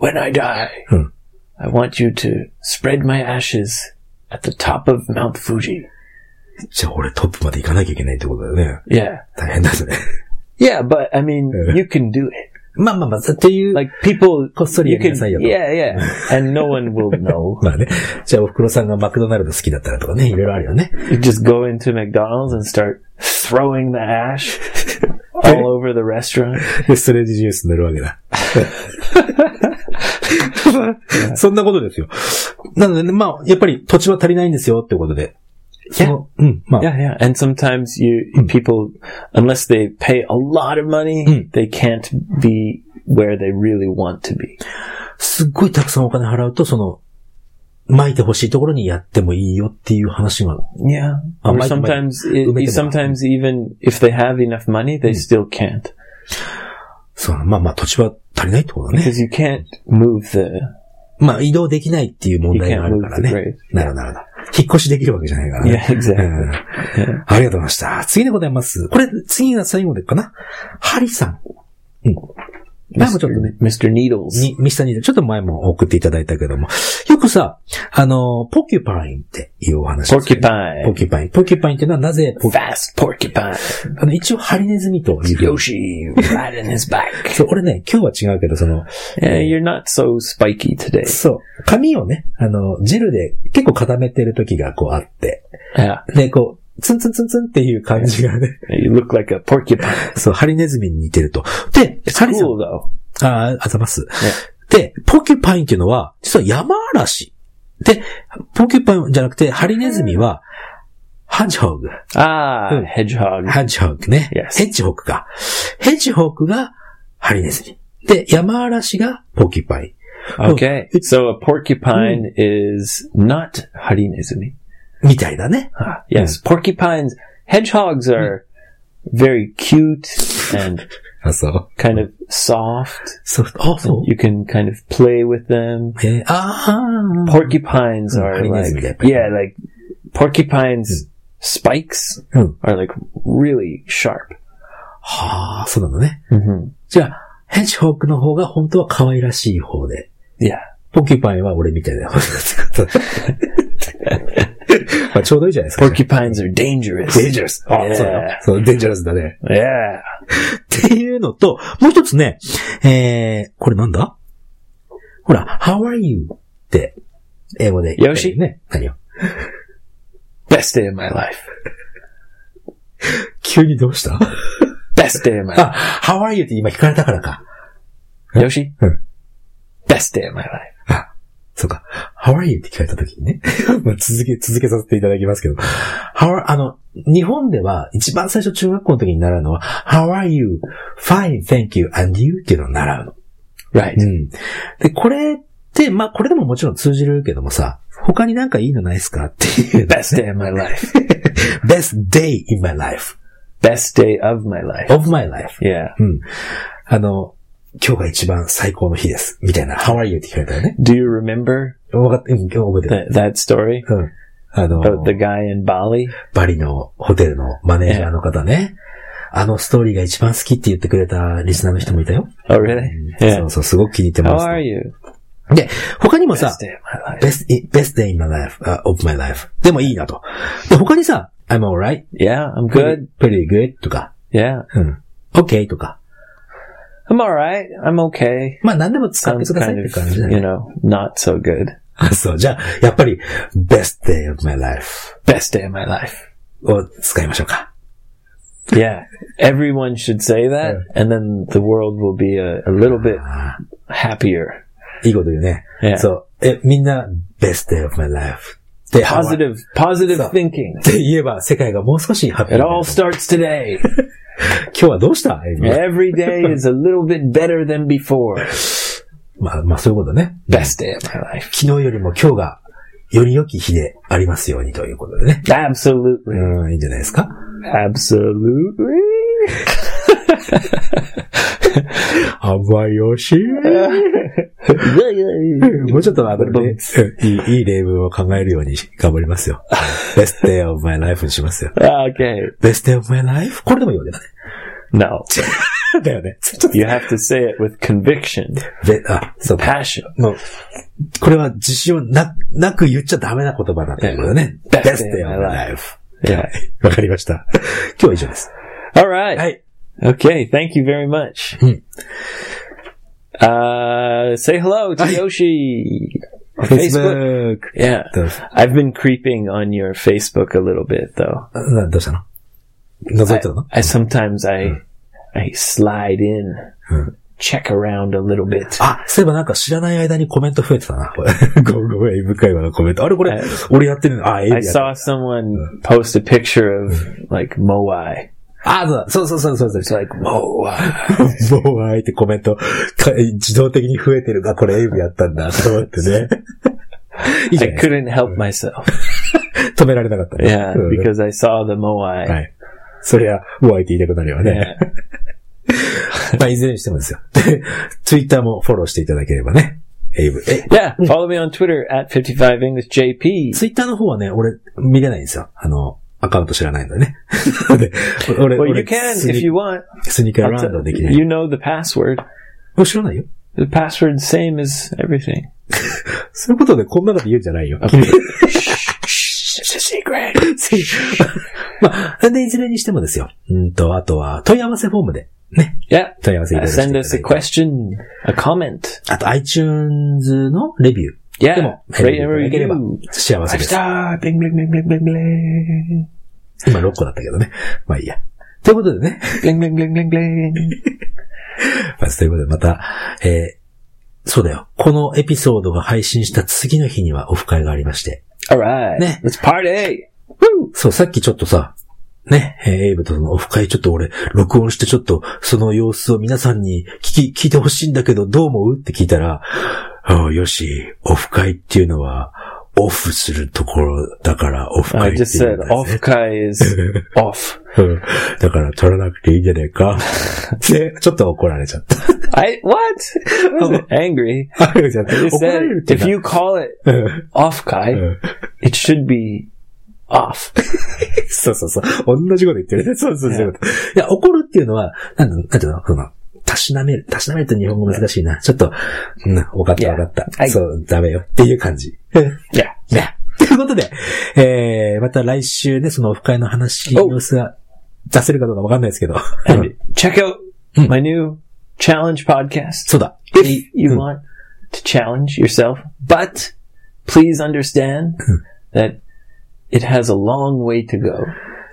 B: when I die
A: Hmm.
B: I want you to spread my ashes at the top of Mount Fuji
A: じゃあ俺トップまで行かなきゃいけないってことだよね。
B: yeah
A: 大変だね。
B: Yeah, but I mean,
A: Yeah.
B: you can do it.
A: まあまあまあ、っていう。
B: Like people,
A: こっそり
B: you
A: やり
B: can,
A: なさいよと。
B: yeah, yeah, and no one will know.
A: まあね。じゃあ、お袋さんがマクドナルド好きだったらとかね、いろいろあるよ ね。
B: You just go into McDonald's and start throwing the ash all over the restaurant.
A: で、ストレージジュース塗るわけ だ。そんなことですよ。なのでね、まあ、やっぱり土地は足りないんですよってことで。その、うん、まあ、
B: Yeah, yeah, and sometimes you
A: Hmm.
B: people, unless they pay a lot of money,
A: Mm.
B: they can't be where they really want to be.
A: すっごいたくさんお金払うと、その、巻いてほしいところにやってもいいよっていう話が、
B: Yeah,
A: Oh,
B: or
A: like-
B: sometimes,
A: like
B: it,
A: the-
B: sometimes even if they have enough money, they still can't
A: そう、まあまあ土地は足りないってことだね。
B: because you can't move the
A: まあ移動できないっていう問
B: you
A: 題があ
B: can't
A: る
B: move
A: から
B: the
A: ね。
B: grave.
A: なるほど、なるほど。引っ越しできるわけじゃないからね。
B: Yeah,
A: う
B: exactly.
A: ん
B: Yeah.
A: ありがとうございました。次でございます。これ、次が最後でかなハリさん。前もちょっとね
B: Mr., Mr. Needles.
A: に、ミスターニーズちょっと前も送っていただいたけども。よくさ、あの、ポキュパインっていうお話ですよね、ポ
B: Porcupine.
A: キュパイン。ポキュパインっていうのはなぜポキ
B: Fast porcupine.
A: あの、一応ハリネズミという
B: Yoshi riding his back.
A: そう、俺ね、今日は違うけど、その、
B: Yeah, you're not so spiky today.
A: そう、髪をね、あの、ジェルで結構固めてる時がこうあって、
B: Yeah,
A: で、こう、ツンツンツンツンっていう感じがね、
B: you look like a porcupine.
A: そう、ハリネズミに似てると。で、
B: It's
A: ハリさん
B: cool though.
A: ああ、あざます。で、ポキュパインっていうのは、実は山嵐。で、ポキュパインじゃなくて、ハリネズミは、ハンジホーグ。
B: Ah,
A: Mm.
B: hedgehog.
A: ハンジホーグね。
B: Yes.
A: ヘッジホーグか。ヘッジホーグがハリネズミ。で、山嵐がポキュパイン。
B: Okay, so a porcupine is not harinezumi.
A: みたいだね。
B: Ah, yes, porcupines, hedgehogs are very cute and
A: あ、そう。
B: kind of soft.
A: そう、あ、そう。
B: You can kind of play with them.
A: えー、ああ。
B: Porcupines are
A: harinezumi
B: like,
A: type.
B: yeah, like porcupines spikes
A: うん。
B: are like really sharp.
A: はあ、そうなのね。
B: hmm
A: じゃあ、ヘッジホーグの方が本当は可愛らしい方で。
B: Yeah.
A: ポキュパインは俺みたいな方だって こと。まあちょうどいいじゃないですか。
B: Porcupines are dangerous.
A: デンジャラス。あ、
B: Yeah.
A: そうだよ。そう、デンジャラスだね。
B: Yeah.
A: っていうのと、もう一つね、えー、これなんだほら、How are you? って、英語で言ったよね。何よ。
B: Best day of my life.
A: 急にどうした
B: Best day of my life.
A: あ、How are you? って今聞かれたからか。
B: Yoshi?
A: Hmm.
B: Best day of my life.
A: そうか。How are you? って聞かれた時にね。 まあ続け、続けさせていただきますけど。How are, あの、日本では一番最初中学校の時に習うのは、How are you? Fine, thank you, and you? っていうのを習うの。
B: Right.
A: うん。で、これって、まあ、これでももちろん通じるけどもさ、他になんかいいのないっすかっていう。
B: Best day of my life.
A: best day in my life,
B: Best day of my life.
A: of my life.
B: Yeah.
A: うん。あの、今日が一番最高の日です。みたいな、how are you って聞かれたよね。
B: Do you remember
A: わかって、うん、覚えてる。
B: that, that story
A: うん。あの、
B: about the guy in Bali?
A: バリのホテルのマネージャーの方ね。あのストーリーが一番好きって言ってくれたリスナーの人もいたよ。
B: Oh, really?
A: そ
B: Yeah.
A: うそう、すごく気に入って
B: How
A: ます。
B: are you?
A: で、他にもさ
B: Best、day of my life.
A: best, best day in my life,、of my life. でもいいなと。で、他にさ、I'm alright,
B: Yeah, I'm good.
A: pretty good とか、
B: Yeah.
A: うん、okay とか。
B: I'm alright. I'm okay.
A: まあ何でも使って
B: Sounds
A: くださいって
B: kind of,
A: 感じだ
B: you
A: よ。
B: know, not so good.
A: あ そう、じゃあ、やっぱり、best day of my life
B: Best day of my life.
A: を使いましょうか。
B: Yeah, everyone should say that, and then the world will be a, a little bit happier.
A: いいこと言うね。
B: Yeah.
A: そう。え、みんな、best day of my life って、っ
B: Positive, positive
A: So-
B: thinking.
A: て言えば、世界がもう少しハッピー
B: It
A: にな
B: all
A: る。
B: starts today.
A: 今日はどうした、エイミ
B: Every day is a little bit better than before.
A: まあ、まあそういうことね。
B: Best day of my life.
A: 昨日よりも今日が、より良き日でありますようにということでね。
B: Absolutely,
A: うん、いいんじゃないです か。
B: absolutely.
A: 甘よし。もうちょっとあの、ね、いい、いい例文を考えるように頑張りますよ。best day of my life にしますよ。
B: okay,
A: best day of my life? これでもいいわけだね。
B: no,
A: だよね。ちょっ
B: you have to say it with conviction,
A: と、で、あ、そうか。
B: passion.
A: もう、これは自信をな、なく言っちゃダメな言葉だということだね。
B: Yeah.
A: best day of my life.
B: Yeah.
A: わかりました。今日は以上です。
B: All right.
A: はい。
B: Okay, thank you very much. Uh, say hello to
A: Hi.
B: Yoshi. on
A: Facebook!
B: Facebook. Yeah.
A: どうし
B: I've been creeping on your Facebook a little bit though.
A: などうしたの覗いてたの
B: I sometimes I I slide in, check around a little bit.
A: あ、そういえばなんか知らない間にコメント増えてたな。こ れごめんごめん、エイブ会話のコメント。あれこれ
B: はい、
A: 俺やってるの。あ、エイブ
B: I
A: やってる
B: saw someone post a picture of like Moai.
A: あ、そうだそうそうそうそう。
B: It's like Moai.
A: もうあえてコメント、か自動的に増えてるが、これエイブやったんだ、と思って ね。いいじゃない
B: I
A: です
B: couldn't help myself.
A: か止められなかったね。
B: Yeah,
A: うん
B: because I saw the Moai.
A: はい。そりゃ、もう相手言いたくなるよね。
B: Yeah.
A: まあ、いずれにしてもですよ。で、ツイッターもフォローしていただければね。エイブ。え、
B: Yeah, follow me on Twitter at 55EnglishJP.
A: ツイッターの方はね、俺、見れないんですよ。あの、アカウント知らないのでね。なので、俺、
B: Well,
A: 俺
B: you can
A: ス
B: if
A: ニ
B: you want.
A: スニーカーラウンドできない。
B: You know the password.
A: もう知らないよ。
B: The password same as everything.
A: そういうことで、こんなこと言うんじゃないよ。
B: Okay. Shh, it's a secret.
A: まあ、で、いずれにしてもですよ。うんと、あとは、問い合わせフォームで、ね、
B: Yeah.
A: 問い合わせいた
B: Uh,
A: だいていた
B: send
A: だ
B: us a
A: いて。
B: question, a comment.
A: あと、iTunes のレビュー。で
B: Yeah.
A: も、レビ
B: Rate
A: ュ
B: and
A: ーいただければ
B: review.
A: 幸せ
B: Five
A: です。
B: star. Bling, bling, bling, bling, bling, bling.
A: 今6個だったけどね。まあいいや。ということでね。
B: Bling, bling, bling, bling, bling.
A: まあということで、また、えーそうだよ。このエピソードが配信した次の日にはオフ会がありまして。
B: All right.
A: Nah.
B: Let's party.
A: そう、さっきちょっとさ、ね、えーエイブとそのオフ会ちょっと俺、録音してちょっと、その様子を皆さんに聞き、聞いてほしいんだけど、どう思うって聞いたら、ああよし、オフ会っていうのは、オフするところだから、オフ会
B: I
A: って
B: just
A: い
B: said
A: うんだよ
B: off
A: ね
B: Kai is off.
A: うんだから、取らなくていいんじゃねえか。 で、ちょっと怒られちゃった。
B: I, what? I wasn't angry.
A: あじゃあ
B: I just
A: 怒られ
B: said,
A: るって
B: if
A: な
B: you call it
A: うん
B: off Kai,
A: うん
B: it should be off.
A: そうそうそう。同じこと言ってるね。そうそうそう。いや、怒るっていうのは、なんだなんていうのその、たしなめる。たしなめるって日本語難しいな。ちょっと、うん、分かっ
B: い
A: た
B: や
A: 分かった。
B: はい
A: そう、ダメよ。っていう感 じ。
B: Yeah.
A: ね。ということで、えー、また来週ね、そのオフ会の話、
B: お
A: 様子が出せるか どうか分かんないですけど。
B: And check out
A: Hmm.
B: my new challenge podcast
A: そうだ。
B: if you want to challenge yourself. But please understand that it has a long way to go.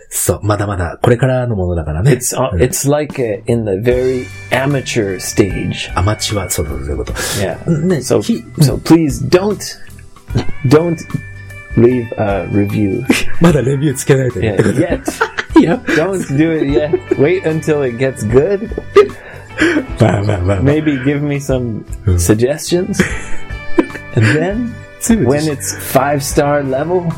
A: そう、まだまだ、これからのものだからね。
B: It's uh, it's like uh in the very amateur stage.
A: アマチュア、そうそうそういうこと。
B: Yeah.
A: ね、
B: So
A: ひ
B: so please don't don't leave a review
A: まだレビューつけないとね。
B: yet. yet.
A: いや、
B: Don't do it yet. Wait until it gets good.
A: まあまあまあまあ。
B: Maybe give me some suggestions. And then
A: 随分
B: when
A: 自
B: it's five star level,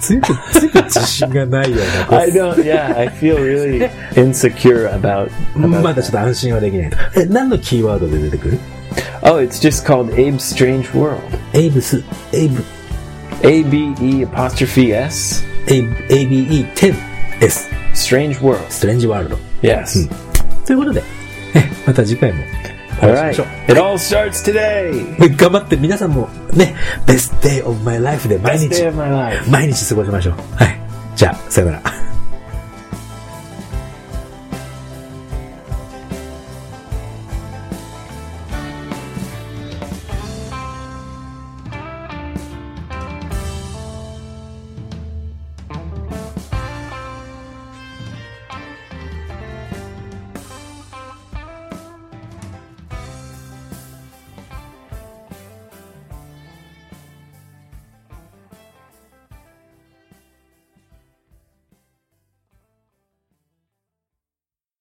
A: 随分随分自信がないような。
B: I don't. Yeah, I feel really insecure about.
A: まだちょっと安心はできないと。え、何のキーワードで出てくる
B: Oh, it's just called Abe's Strange World.
A: エイブス、エイブ、
B: A B E apostrophe S
A: エイブ、ABE10S、
B: Strange World.
A: ストレンジワールド。
B: Yes.
A: Hmm. ということで、えまた次回もお
B: All
A: 会い
B: right.
A: しましょう。
B: It all starts today.
A: え頑張って皆さんもね、Best Day of My Life で毎
B: Best day
A: 日、
B: of my life.
A: 毎日過ごしましょう。はい。じゃあ、さよなら。